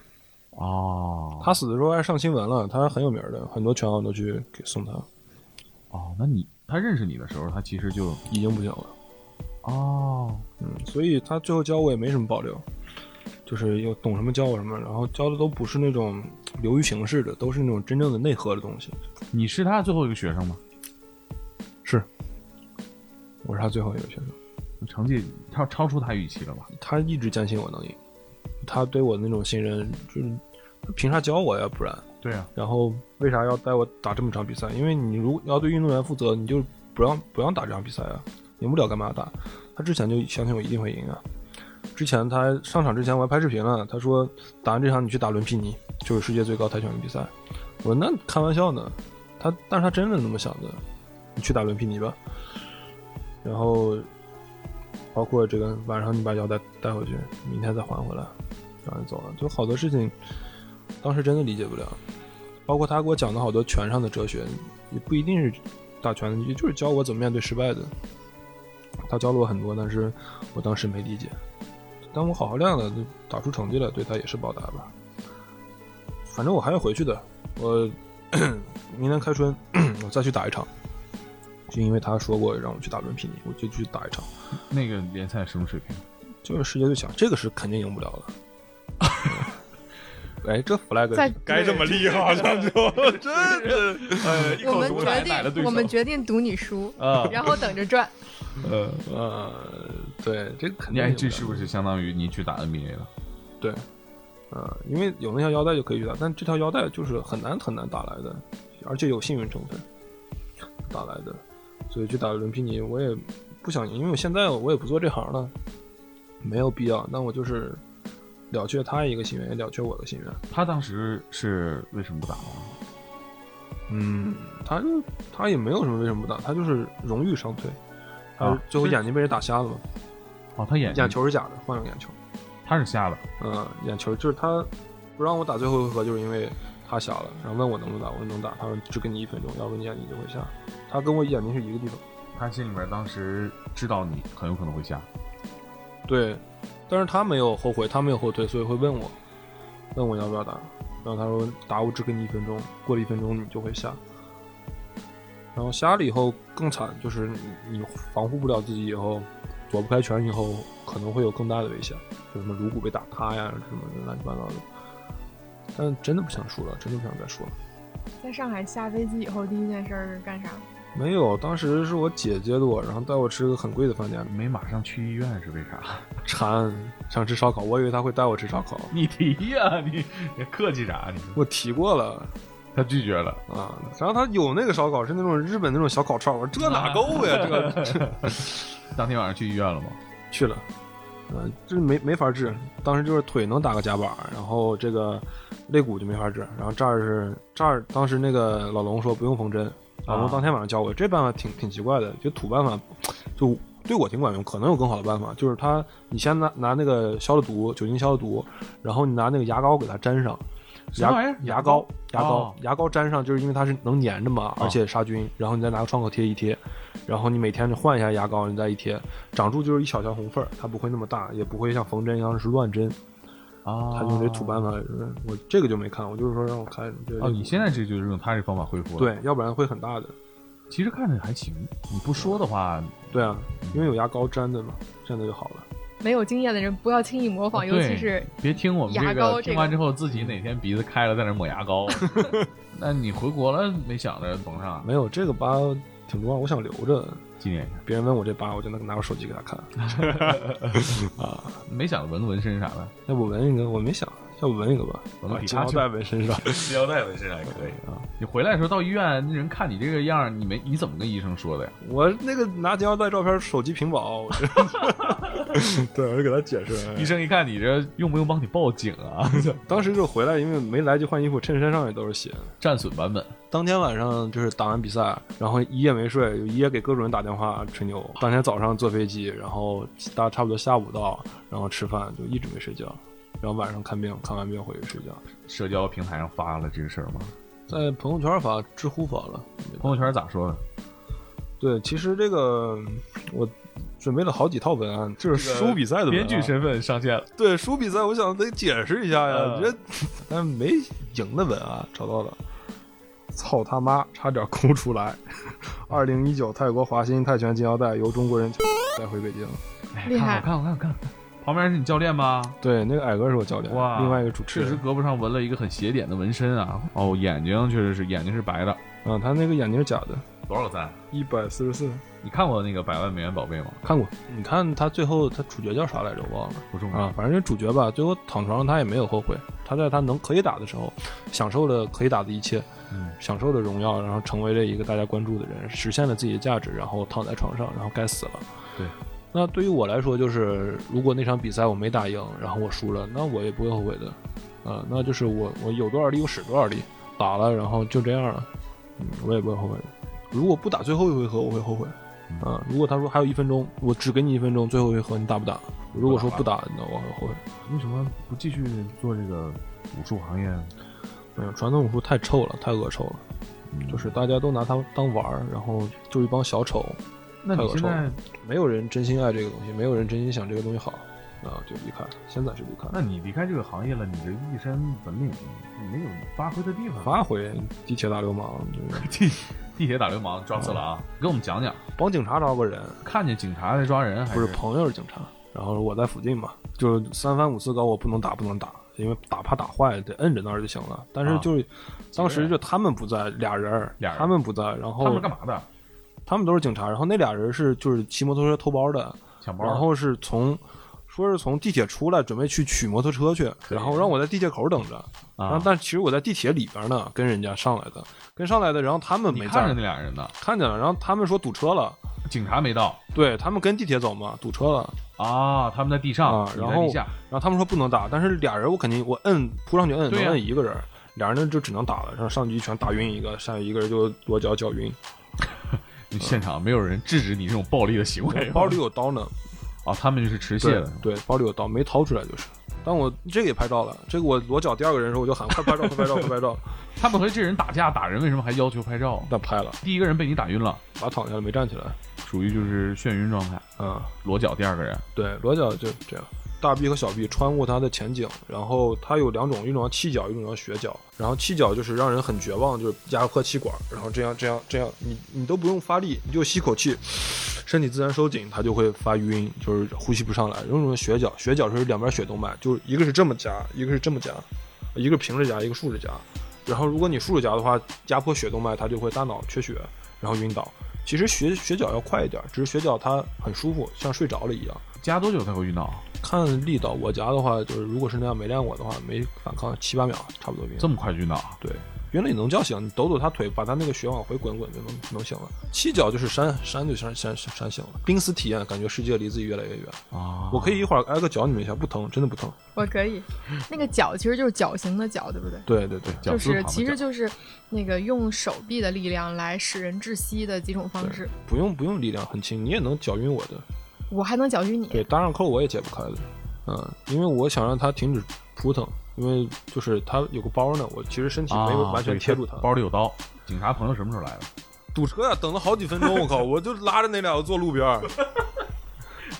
S6: 哦
S4: 他死的时候还上新闻了，他很有名的，很多拳王都去给送他，
S6: 哦，那你他认识你的时候，他其实就
S4: 已经不行了。
S6: 哦，
S4: 嗯，所以他最后教我也没什么保留，就是又懂什么教我什么，然后教的都不是那种流于形式的，都是那种真正的内核的东西。
S6: 你是他最后一个学生吗？
S4: 是，我是他最后一个学生，
S6: 成绩超超出他预期了吧？
S4: 他一直坚信我能赢，他对我那种信任，就是他凭啥教我呀？不然。
S6: 对啊，
S4: 然后为啥要带我打这么场比赛？因为你如果要对运动员负责，你就不让不让打这场比赛啊，赢不了干嘛打？他之前就相信我一定会赢啊。之前他上场之前我还拍视频了，他说打完这场你去打伦皮尼，就是世界最高跆拳道比赛。我说那开玩笑呢，他但是他真的那么想的，你去打伦皮尼吧。然后包括这个晚上你把腰带带回去，明天再还回来，然后就走了。就好多事情当时真的理解不了。包括他给我讲的好多拳上的哲学，也不一定是打拳的，也就是教我怎么面对失败的。他教了我很多，但是我当时没理解。但我好好练了，就打出成绩了，对他也是报答吧。反正我还要回去的，我嗯 明年开春嗯我再去打一场，就因为他说过让我去打伦皮尼，我就去打一场。
S6: 那个联赛什么水平？
S4: 就是世界最强，这个是肯定赢不了的。 哎，这 flag
S7: 在
S5: 该这么厉害，好像 就真是，哎，一
S7: 我
S5: 口
S7: 们
S5: 毒
S7: 决
S5: 奶奶的对
S7: 定，
S5: 手
S7: 我们决定赌你输，
S5: 啊，
S7: 然后等着赚。
S4: 呃呃，对，这个肯
S6: 你
S4: 定
S6: 哎，
S4: 赢不
S6: 这
S4: 了
S6: 是不是相当于你去打 NBA 了？
S4: 对，呃，因为有那条腰带就可以去打，但这条腰带就是很难很难打来的，而且有幸运成分打来的，所以去打伦皮尼我也不想赢，因为我现在我也不做这行了，没有必要。但我就是了却他一个心愿，也了却我的心愿。
S6: 他当时是为什么不打了？
S4: 嗯，他就他也没有什么为什么不打，他就是荣誉伤退，他
S6: 啊
S4: 最后
S6: 是
S4: 眼睛被人打瞎了嘛，
S6: 哦，他眼睛
S4: 眼球是假的，换了个眼球。
S6: 他是瞎的。
S4: 嗯，眼球就是他不让我打最后一回合，就是因为他瞎了，然后问我能不能打，我说能打，他说只给你一分钟，要不你眼睛就会瞎。他跟我眼睛是一个地方，
S6: 他心里面当时知道你很有可能会瞎，
S4: 对，但是他没有后悔，他没有后退，所以会问我，问我要不要打，然后他说打我只给你一分钟，过了一分钟你就会瞎。然后瞎了以后更惨，就是你你防护不了自己以后，躲不开拳以后，可能会有更大的危险，就什么颅骨被打塌呀，什么的乱七八糟的。但真的不想输了，真的不想再输了。
S7: 在上海下飞机以后，第一件事儿是干啥？
S4: 没有，当时是我姐接的我，然后带我吃个很贵的饭店，
S6: 没马上去医院是为啥？
S4: 馋，想吃烧烤，我以为她会带我吃烧烤，
S6: 你提呀、你你客气啥？你
S4: 我提过了
S6: 他拒绝了，
S4: 啊，然后她有那个烧烤是那种日本那种小烤串，我说这
S6: 啊
S4: 哪够呀， 这这
S6: 当天晚上去医院了吗？
S4: 去了，嗯、这没没法治，当时就是腿能打个夹板，然后这个肋骨就没法治，然后这儿是这儿，当时那个老龙说不用缝针，老
S6: 啊
S4: 龙当天晚上教我这办法挺挺奇怪的，就土办法，就对我挺管用，可能有更好的办法，就是他你先拿拿那个消了毒酒精消了毒，然后你拿那个牙膏给它粘上。
S6: 什么玩意
S4: 牙
S6: 儿
S4: 牙膏，牙膏，
S6: 哦
S4: 牙膏粘上，就是因为它是能粘着嘛，而且杀菌。然后你再拿个创可贴一贴，然后你每天就换一下牙膏，你再一贴，长住就是一小条红缝儿，它不会那么大，也不会像缝针一样是乱针。
S6: 啊
S4: 他用这土办法，就是我
S6: 哦
S4: 这个就没看，我就是说让我看这个。
S6: 哦，你现在这就是用他这方法恢复了。
S4: 对，要不然会很大的。
S6: 其实看着还行，你不说的话，
S4: 对啊，因为有牙膏粘的嘛，粘的就好了。
S7: 没有经验的人不要轻易模
S4: 哦
S7: 仿，尤其
S6: 对
S7: 是
S6: 别听我们
S7: 牙
S6: 这
S7: 膏
S6: 个，
S7: 这
S6: 听完
S7: 个
S6: 之后自己哪天鼻子开了在那抹牙 膏，那你回国了没想着缝上啊
S4: 没有这个疤挺多，我想留着。
S6: 纪念一下？
S4: 别人问我这疤，我就能拿我手机给他看。
S6: 没想着纹纹身啥的，
S4: 要不纹一个？我没想，要不纹一个吧。
S6: 纹个
S4: 把
S6: 皮
S4: 金
S6: 卡
S4: 腰
S6: 丘
S4: 带纹身上。
S5: 腰带纹身还可以啊，
S6: 你回来的时候到医院，那人看你这个样儿，你没你怎么跟医生说的呀？
S4: 我那个拿金腰带照片，手机屏保。我就 对，我就给他解释。
S6: 医生一看你这用不用帮你报警啊？
S4: 当时就回来，因为没来就换衣服，衬衫上面都是血。
S6: 战损版本，
S4: 当天晚上就是打完比赛，然后一夜没睡，就一夜给各种人打电话吹牛。当天早上坐飞机，然后大差不多下午到，然后吃饭就一直没睡觉，然后晚上看病，看完病回去睡觉。
S6: 社交平台上发了这个事儿吗？
S4: 在朋友圈发，知乎发了。
S6: 朋友圈咋说的？
S4: 对，其实这个我准备了好几套文案，这是啊输比赛的文
S6: 编
S4: 案。
S6: 剧身份上线了，
S4: 对输比赛，我想得解释一下呀，
S6: 嗯
S4: 这但没赢的文案找到了。操他妈，差点哭出来！二零一九泰国华新泰拳金腰带由中国人带回北京。
S6: 哎
S7: 厉害
S6: 看我看我看我看，旁边是你教练吗？
S4: 对，那个矮哥是我教练，
S6: 哇，
S4: 另外一个主持
S6: 确实
S4: 人。
S6: 胳膊上纹了一个很斜点的纹身啊。哦，眼睛确实是眼睛是白的，
S4: 啊，他那个眼睛是假的，
S6: 多少个赞？
S4: 一百四十四，
S6: 你看过那个《百万美元宝贝》吗？
S4: 看过。你看他最后他主角叫啥来着？我忘了。
S6: 不重要
S4: 啊，，反正这主角吧，最后躺床上他也没有后悔，他在他能可以打的时候，享受了可以打的一切，
S6: 嗯
S4: 享受了荣耀，然后成为了一个大家关注的人，实现了自己的价值，然后躺在床上，然后该死了。
S6: 对，
S4: 那对于我来说，就是如果那场比赛我没打赢，然后我输了，那我也不会后悔的，啊、那就是我我有多少力我使多少力，打了然后就这样了，嗯，我也不会后悔的。如果不打最后一回合，我会后悔。啊、如果他说还有一分钟，我只给你一分钟，最后一回合你打不打？如果说不打，那我会后悔。
S6: 为什么不继续做这个武术行业？
S4: 嗯，传统武术太臭了，太恶臭了，就是大家都拿它当玩儿，然后就一帮小丑，
S6: 那你现
S4: 太
S6: 在
S4: 恶，没有人真心爱这个东西，没有人真心想这个东西好，啊，就离开，现在是离开。
S6: 那你离开这个行业了，你这一身本领，你没有发挥的地方。
S4: 发回地铁大流氓，就是
S6: 地地铁打流氓抓死了啊！
S4: 嗯
S6: 给我们讲讲，
S4: 帮警察找个人，
S6: 看见警察在抓人还
S4: 不
S6: 是
S4: 是朋友是警察，然后我在附近嘛，就三番五次告我不能打，不能打，因为打怕打坏，得摁着那儿就行了。但是
S6: 啊
S4: 就是、当时
S6: 人
S4: 就他们不在，俩人儿，
S6: 俩人
S4: 他们不在，然后
S6: 他们是干嘛的？
S4: 他们都是警察，然后那俩人是就是骑摩托车偷包的，
S6: 抢包？
S4: 然后是从说是从地铁出来，准备去取摩托车去，然后让我在地铁口等着。然后
S6: 啊，
S4: 但其实我在地铁里边呢，跟人家上来的，跟上来的，然后他们
S6: 你
S4: 没
S6: 看着
S4: 在
S6: 那，俩人呢？
S4: 看见了，然后他们说堵车了，
S6: 警察没到
S4: 对他们跟地铁走嘛，堵车了，
S6: 啊，他们在地上
S4: 啊，
S6: 你
S4: 然
S6: 在
S4: 后
S6: 地下。
S4: 然后他们说不能打，但是俩人我肯定我摁扑上去摁，
S6: 对
S4: 能
S6: 呀
S4: 摁一个人，俩人就只能打了，然后上去一拳打晕一个，下一个人就裸脚脚晕，
S6: 就现场没有人制止你这种暴力的行为吗，
S4: 包里有刀呢，
S6: 啊，他们就是持械
S4: 对
S6: 的，
S4: 对，包里有刀，没掏出来就是。但我这个也拍照了，这个我裸脚第二个人的时候我就喊快拍照，快拍照，快拍照，
S6: 他们和这人打架打人，为什么还要求拍照？
S4: 但拍了，
S6: 第一个人被你打晕了，
S4: 打躺下了没站起来，
S6: 属于就是眩晕状态，
S4: 嗯，
S6: 裸脚。第二个人
S4: 对，裸脚就这样，大臂和小臂穿过他的前颈，然后他有两种，一种叫气脚，一种叫血脚。然后气脚就是让人很绝望，就是压迫气管，然后这样这样这样，你你都不用发力，你就吸口气，身体自然收紧，他就会发晕，就是呼吸不上来。有一种叫血脚，血脚是两边血动脉，就是一个是这么夹，一个是这么夹，一个平着夹，一个竖着夹。然后如果你竖着夹的话，压迫血动脉，它就会大脑缺血，然后晕倒。其实血血脚要快一点，只是血脚它很舒服，像睡着了一样。
S6: 加多久才会晕倒？
S4: 看力道，我夹的话就是，如果是那样没练过的话，没反抗七八秒，差不多晕。
S6: 这么快就晕倒？
S4: 对，晕了你能叫醒，你抖抖他腿，把他那个血往回滚滚就能能醒了。七脚就是扇扇就扇扇扇醒了。濒死体验，感觉世界离自己越来越远。
S6: 啊，
S4: 我可以一会儿挨个脚你们一下，不疼，真的不疼。
S7: 我可以。那个脚其实就是脚型的脚，对不对？
S4: 对对对，
S6: 脚
S7: 就
S6: 丝
S7: 是
S6: 旁
S7: 其
S6: 边
S7: 实就是那个用手臂的力量来使人窒息的几种方式。
S4: 不用不用力量，很轻，你也能脚晕我的。
S7: 我还能搅晕你，
S4: 对，搭上扣我也解不开的，嗯，因为我想让它停止扑腾，因为就是它有个包呢，我其实身体没有
S6: 啊
S4: 完全
S6: 对
S4: 贴住它。
S6: 包里有刀。警察朋友什么时候来的？
S4: 堵车呀、等了好几分钟，我靠，我就拉着那俩我坐路边儿。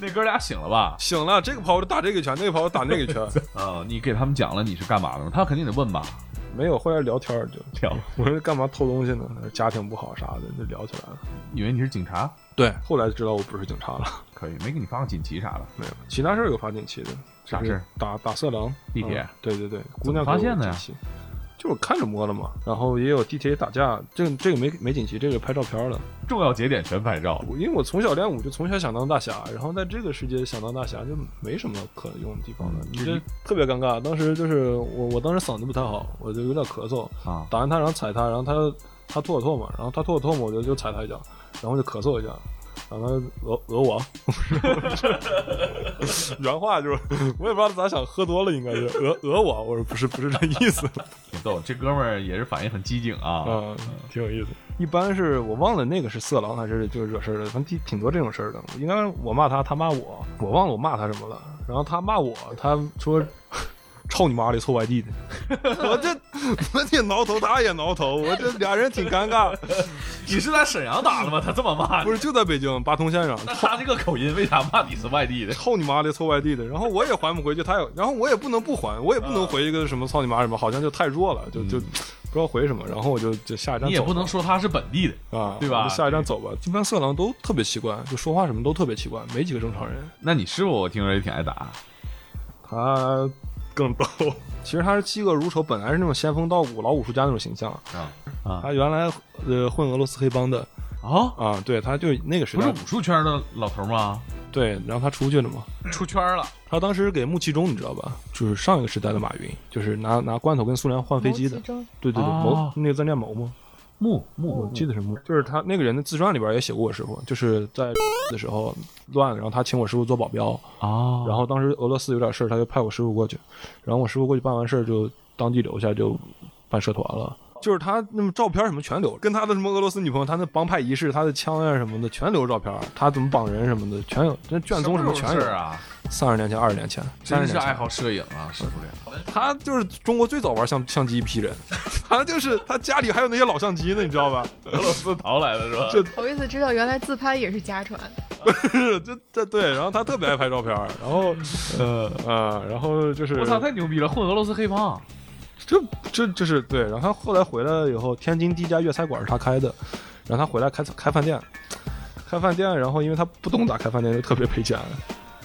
S6: 那哥俩醒了吧？
S4: 醒了，这个跑我就打这个拳，那个跑我打那个拳。
S6: 呃，你给他们讲了你是干嘛的吗？他肯定得问吧？
S4: 没有，后来聊天儿就
S6: 聊。
S4: 我说干嘛偷东西呢？家庭不好啥的，就聊起来了。
S6: 以为你是警察，
S4: 对，后来知道我不是警察了，
S6: 可以没给你发个锦旗啥的。
S4: 没有。其他事儿有发锦旗的，
S6: 啥
S4: 就是
S6: 事儿
S4: 打打色狼，
S6: 地铁
S4: 嗯对对对，姑娘
S6: 怎么发
S4: 给我
S6: 现的呀
S4: 锦旗？就是看着摸了嘛。然后也有地铁打架，这个这个没没锦旗，这个拍照片了。
S6: 重要节点全拍照，
S4: 我因为我从小练武，就从小想当大侠，然后在这个世界想当大侠就没什么可用的地方了，
S6: 嗯
S4: 你
S6: 就是
S4: 这特别尴尬。当时就是我，我当时嗓子不太好，我就有点咳嗽
S6: 啊
S4: 打完他然后踩他，然后他他吐我唾沫，然后他吐我唾沫，我就就踩他一脚，然后就咳嗽一下。然后他讹讹呃 我，原话就是我也不知道他咋想，喝多了应该是讹讹我，我说不是不是这意思，
S6: 挺逗。这哥们儿也是反应很机警啊，
S4: 啊，挺有意思。一般是我忘了那个是色狼还是就是惹事儿的，反正挺挺多这种事儿的。应该我骂他，他骂我，我忘了我骂他什么了。然后他骂我，他说：“操你妈的，臭外 地的！”我这我也挠头，他也挠头，我这俩人挺尴尬。
S6: 你是在沈阳打的吗？他这么骂
S4: 不
S6: 你，
S4: 是就在北京八通线上，
S6: 他这个口音为啥骂你是外 地的？
S4: 操你妈的，臭外地的。然后我也还不回去，他也，然后我也不能不还，我也不
S6: 啊
S4: 能回一个什么操你妈什么，好像就太弱了，就就。不知道回什么，然后我就就下一站走了。
S6: 嗯你也不能说他是本地的
S4: 啊，
S6: 对吧
S4: 就？下一站走吧。一般色狼都特别奇怪，就说话什么都特别奇怪，没几个正常人。
S6: 那你师傅我听说也挺爱打，
S4: 他更逗。 其实他是嫉恶如仇，本来是那种仙风道骨老武术家那种形象。
S6: 啊啊
S4: 他原来呃混俄罗斯黑帮的
S6: 啊！
S4: 啊，对，他就那个时
S6: 不是
S4: 代
S6: 武术圈的老头吗？
S4: 对，然后他出去了嘛。
S6: 出圈了，
S4: 他当时给穆其中，你知道吧？就是上一个时代的马云，就是拿拿罐头跟苏联换飞机的
S7: 牟其中。
S4: 对对对，
S6: 哦
S4: 谋、那个字念谋吗？
S6: 木木
S4: 我记得是木，就是他那个人的自传里边也写过我师傅，就是在的时候乱，然后他请我师傅做保镖，
S6: 啊，
S4: 然后当时俄罗斯有点事儿，他就派我师傅过去，然后我师傅过去办完事儿就当地留下，就办社团了。就是他那么照片什么全留，跟他的什么俄罗斯女朋友，他那帮派仪式，他的枪啊呀什么的全留照片，他怎么绑人什么的全有，那卷宗什么全有
S6: 事。儿啊？
S4: 三十年前、二十年前、三
S6: 真
S4: 十
S6: 是
S4: 年
S6: 爱
S4: 前，
S6: 好摄影啊，师傅这
S4: 他就是中国最早玩相相机一批人， 他就是他家里还有那些老相机呢，你知道吧？
S6: 俄罗斯逃来的是吧？
S4: 这
S7: 头一次知道原来自拍也是家传，
S4: 是这这对，然后他特别爱拍照片，然后呃呃，然后就是
S6: 我操，太牛逼了！混俄罗斯黑帮，
S4: 这这这是对，然后他后来回来以后，天津第一家粤菜馆是他开的，然后他回来开开饭店，开饭店，然后因为他不懂咋开饭店，就特别赔钱，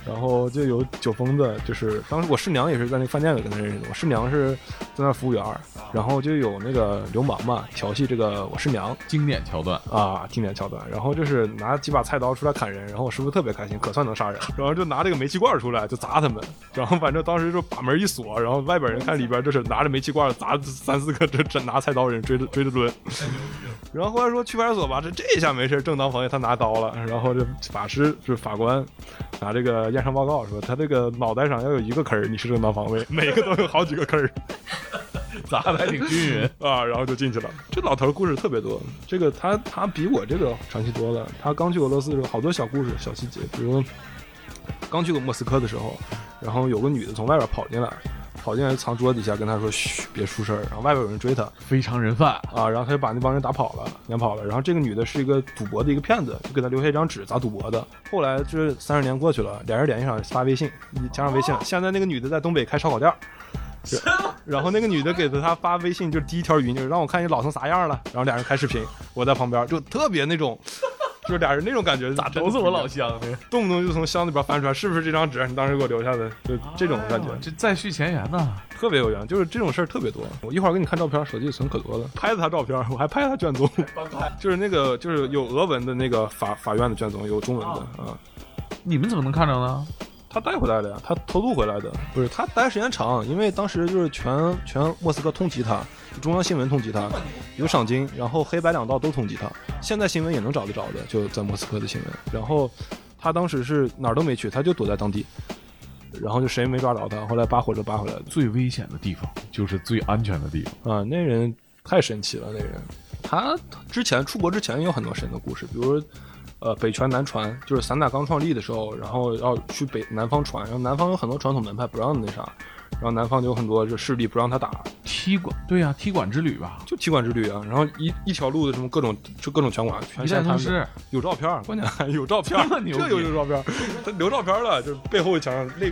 S4: 然后就有酒疯子，就是当时我师娘也是在那饭店里跟他认识的，我师娘是在那服务员儿，然后就有那个流氓嘛调戏这个我师娘
S6: 经典桥段。
S4: 啊，经典桥段，然后就是拿几把菜刀出来砍人，然后我师傅特别开心，可算能杀人，然后就拿这个煤气罐出来就砸他们，然后反正当时就把门一锁，然后外边人看里边就是拿着煤气罐砸三四个这这拿菜刀人追着追着抡， 然后后来说去派出所吧，这这一下没事，正当防卫他拿刀了，然后这法师就是法官拿这个验伤报告说他这个脑袋上要有一个坑儿，你是正当防卫，每个都有好几个坑儿。
S6: 砸的还挺均匀。
S4: 啊，然后就进去了。这老头儿故事特别多，这个他他比我这个传奇多了。他刚去俄罗斯的时候，好多小故事、小细节，比如刚去过莫斯科的时候，然后有个女的从外边跑进来，跑进来藏桌底下，跟他说：“嘘，别出声儿。”然后外边有人追他
S6: 非常人贩，
S4: 啊，然后他就把那帮人打跑了，撵跑了。然后这个女的是一个赌博的一个骗子，就给他留下一张纸砸赌博的。后来这三十年过去了，俩人联系上发微信，加上微信，现在那个女的在东北开烧烤店儿。然后那个女的给了他发微信，就是第一条语音，就是让我看你老成啥样了。然后俩人开视频，我在旁边就特别那种，就是俩人那种感觉，咋
S6: 都是我老乡的。
S4: 动不动就从箱子里边翻出来，是不是这张纸？啊你当时给我留下的，就这种感觉，
S6: 哎呦这再续前缘呢。
S4: 特别有缘。就是这种事儿特别多。我一会儿给你看照片，手机里存可多了，拍的他照片， 我还拍了他卷宗，就是那个就是有俄文的那个法法院的卷宗，有中文的啊。
S6: 你们怎么能看着呢？
S4: 他带回来的呀，他偷渡回来的，不是他待时间长，因为当时就是全全莫斯科通缉他，中央新闻通缉他，有赏金，然后黑白两道都通缉他，现在新闻也能找得着的，就在莫斯科的新闻。然后他当时是哪儿都没去，他就躲在当地，然后就谁也没抓着他，后来扒火车扒回来的。
S6: 最危险的地方就是最安全的地方。
S4: 啊，那人太神奇了，那人他之前出国之前有很多神的故事，比如。呃，北传南传就是散打刚创立的时候，然后要去北南方传，然后南方有很多传统门派不让那啥，然后南方就有很多就势力不让他打，
S6: 踢馆对呀、踢馆之旅吧，
S4: 就踢馆之旅啊，然后一一条路的什么各种就各种拳馆，全
S6: 一
S4: 是
S6: 代
S4: 他
S6: 宗
S4: 们的
S6: 师，
S4: 有照片儿，关键还 有照片儿，
S6: 这么牛逼
S4: 这有有照片儿，他留照片儿了，就是背后墙上肋，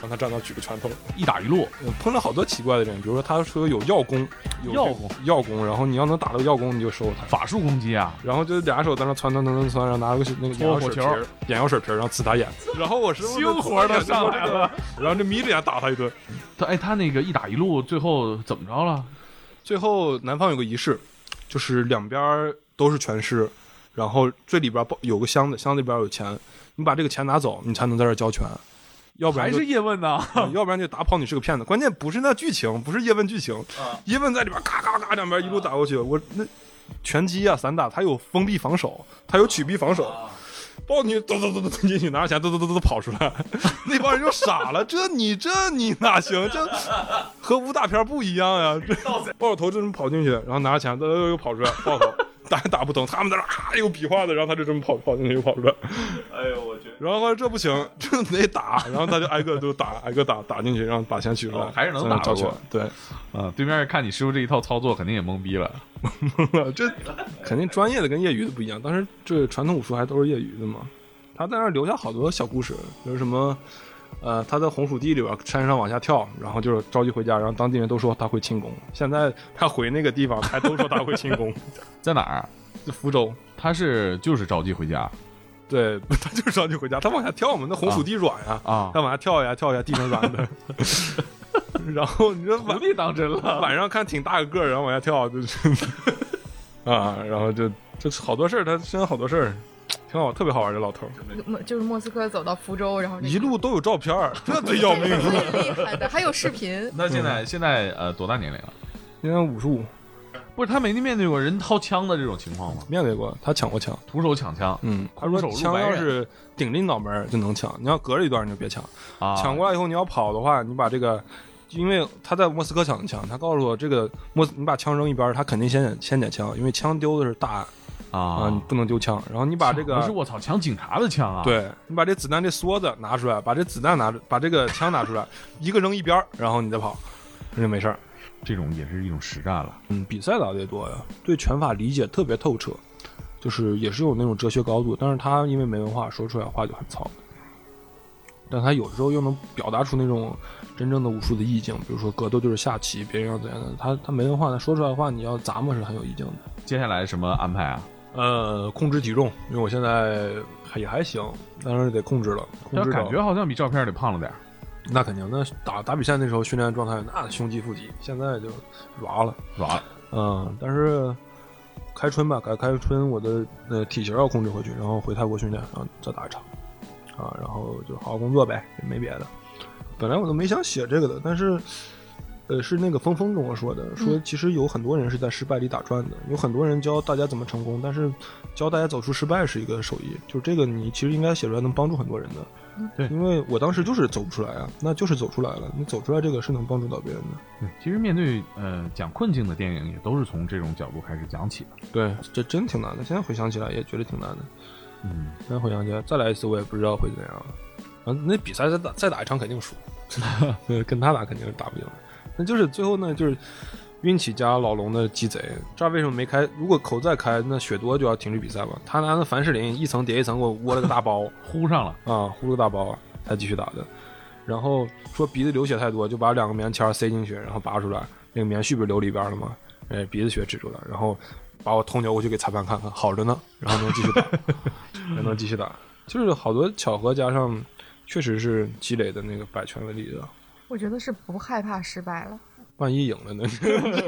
S4: 让他站到举个拳头，
S6: 一打一路，
S4: 我呃碰了好多奇怪的人，比如说他说有药功，有
S6: 药功
S4: 药功，然后你要能打到药功，你就收他。
S6: 法术攻击啊，
S4: 然后就俩手在那窜窜窜窜窜，然后拿了个那个眼药
S6: 搓
S4: 水
S6: 火
S4: 瓶
S6: 球
S4: 儿，眼药水瓶儿，然后刺他眼。然后我 师傅就
S6: 星火都上来了，
S4: 然后就眯着眼打他一顿。
S6: 他哎他那个一打一路最后怎么着了？
S4: 最后南方有个仪式，就是两边儿都是全尸，然后最里边儿包有个箱子，箱子里边儿有钱，你把这个钱拿走，你才能在这儿交拳，要不然
S6: 还
S4: 就是
S6: 叶问呐？
S4: 啊 要不然就打跑你是个骗子。关键不是那剧情，不是叶问剧情，叶问在里边咔咔咔两边一路打过去，我那拳击啊散打，他有封闭防守，他有曲臂防守。抱你走走走走进去拿着钱，走走走走跑出来， 那帮人就傻了。这你这你哪行？这和武打片不一样呀、这抱着头就这么跑进去，然后拿着钱，又又跑出来，抱头打也打不疼。他们在那儿啊又比划的，然后他就这么跑跑进去又跑出来。
S5: 哎呦我去！
S4: 然后这不行，这得打，然后他就挨个都打，挨个打打进去，然后把钱取出来，
S6: 哦还是能
S4: 才
S6: 打过去
S4: 交钱对，
S6: 啊，对面看你师傅这一套操作，肯定也懵逼了。
S4: 这肯定专业的跟业余的不一样，但是这传统武术还都是业余的嘛。他在那儿留下好多小故事，比如什么，呃，他在红薯地里边山上往下跳，然后就是着急回家，然后当地人都说他会轻功。现在他回那个地方，还都说他会轻 功。
S6: 在哪儿？
S4: 就福州，
S6: 他是就是着急回家
S4: 对 他就是着急回家，他往下跳嘛，那红薯地软呀、
S6: 啊
S4: 他往下跳呀跳呀，地上软的。 然后你说完
S6: 别当真 了。。
S4: 晚上看挺大个儿，然后往下跳，就是啊，然后就就是好多事儿，他身上好多事儿，挺好，特别好玩儿。这老头儿
S7: 莫就是莫斯科走到福州，然后这个
S4: 一路都有照片儿，这最 要命
S7: 这是
S4: 了。
S7: 最厉害的，还有视频
S6: 那现在现在呃多大年龄了？
S4: 今年武术
S6: 不是他没面对过人掏枪的这种情况吗？
S4: 面对过，他抢过枪，
S6: 徒手抢枪
S4: 嗯，他
S6: 快入手
S4: 说
S6: 入
S4: 枪
S6: 白
S4: 要
S6: 刃
S4: 是顶着你脑门儿就能抢，你要隔着一段你就别抢。
S6: 啊，
S4: 抢过来以后你要跑的话，你把这个。因为他在莫斯科抢的枪，他告诉我这个莫斯，你把枪扔一边儿，他肯定先捡先捡枪，因为枪丢的是大案啊，你
S6: 啊，
S4: 不能丢枪。然后你把这个
S6: 不是我操，抢警察的枪啊！，
S4: 对你把这子弹这梭子拿出来，把这子弹拿出，把这个枪拿出来，一个扔一边儿，然后你再跑，那就没事儿。
S6: 这种也是一种实战了。
S4: 嗯，比赛打的也多呀，对拳法理解特别透彻，就是也是有那种哲学高度，但是他因为没文化，说出来话就很糙。但他有时候又能表达出那种真正的武术的意境，比如说格斗就是下棋，别人要怎样的，他他没文化，他说出来的话你要咂摸是很有意境的。
S6: 接下来什么安排啊？
S4: 呃，控制体重，因为我现在还也还行，但是得控制了，控
S6: 但
S4: 制
S6: 感
S4: 到
S6: 觉好像比照片里胖了点儿。
S4: 那肯定，那打打比赛那时候训练状态，那胸肌腹肌，现在就软了。
S6: 软了
S4: 嗯，但是开春吧，改开春我的呃体型要控制回去，然后回泰国训练，然后再打一场啊，然后就好好工作呗，也没别的。本来我都没想写这个的，但是呃是那个峰峰跟我说的，说其实有很多人是在失败里打转的，有很多人教大家怎么成功，但是教大家走出失败是一个手艺，就是这个你其实应该写出来能帮助很多人的。
S6: 对
S4: 因为我当时就是走不出来啊，那就是走出来了。你走出来这个是能帮助到别人的。
S6: 对，其实面对呃讲困境的电影，也都是从这种角度开始讲起的。
S4: 对，这真挺难的。现在回想起来也觉得挺难的。
S6: 嗯，
S4: 现在回想起来，再来一次我也不知道会怎样了。啊，那比赛再打再打一场肯定输，对，跟他打肯定是打不赢。那就是最后呢，就是运气加老龙的鸡贼。这儿为什么没开？如果口再开，那雪多就要停止比赛了。他拿那凡士林一层叠一层给我窝了个大包。
S6: 呼上了，
S4: 啊，呼噜大包才继续打的。然后说鼻子流血太多，就把两个棉签儿塞进去，然后拔出来，那个棉絮不是流里边了吗？哎，鼻子血止住了，然后把我头扭过去给裁判看看，好着呢，然后能继续打， 还能继续打，就是好多巧合加上，确实是积累的那个百拳的力量。
S7: 我觉得是不害怕失败了，
S4: 万一赢了呢？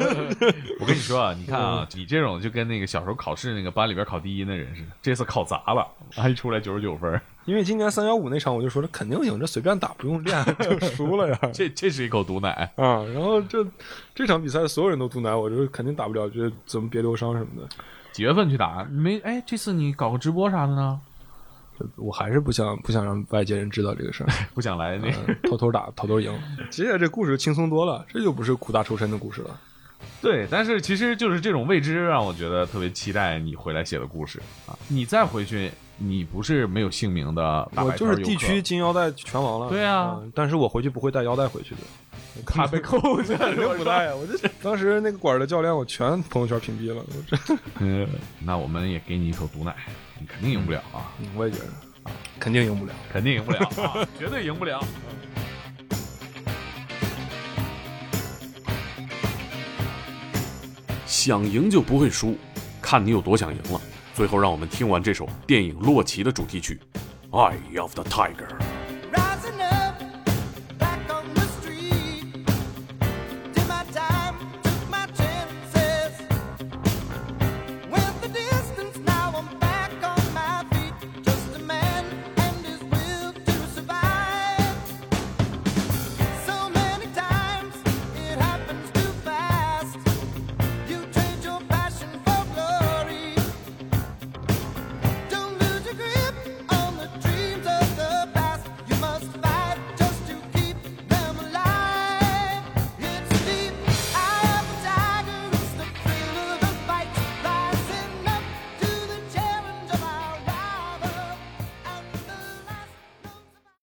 S6: 我跟你说啊，你看啊，
S4: 嗯
S6: 你这种就跟那个小时候考试那个班里边考第一那人似的，这次考砸了，还出来九十九分儿，
S4: 因为今年三幺五那场，我就说了肯定赢，这随便打不用练就输了呀。
S6: 这这是一口毒奶。
S4: 啊，然后这这场比赛所有人都毒奶，我就是肯定打不了，就是怎么别受伤什么的。
S6: 几月份去打？没哎，这次你搞个直播啥的呢？
S4: 我还是不想不想让外界人知道这个 事儿，
S6: 不想来那个。
S4: 嗯偷偷打，偷偷赢。其实这故事轻松多了，这就不是苦大仇深的故事了。
S6: 对，但是其实就是这种未知让我觉得特别期待你回来写的故事啊！你再回去，你不是没有姓名的大
S4: 我
S6: 白
S4: 就
S6: 圈
S4: 是
S6: 游
S4: 地
S6: 客
S4: 区金腰带拳王了，
S6: 对啊
S4: 嗯但是我回去不会带腰带回去的，卡 被扣下，留 古代啊！我 这当时那个馆儿的教练，我全朋友圈屏蔽了。我这，
S8: 嗯，那我们也给你一口毒奶，你肯定赢不了啊，
S4: 嗯我也觉得，肯定赢不了。
S8: 肯定赢 不了啊，绝对赢不了。
S6: 想赢就不会输，看你有多想赢了。最后，让我们听完这首电影《洛奇》的主题曲《Eye of the Tiger》。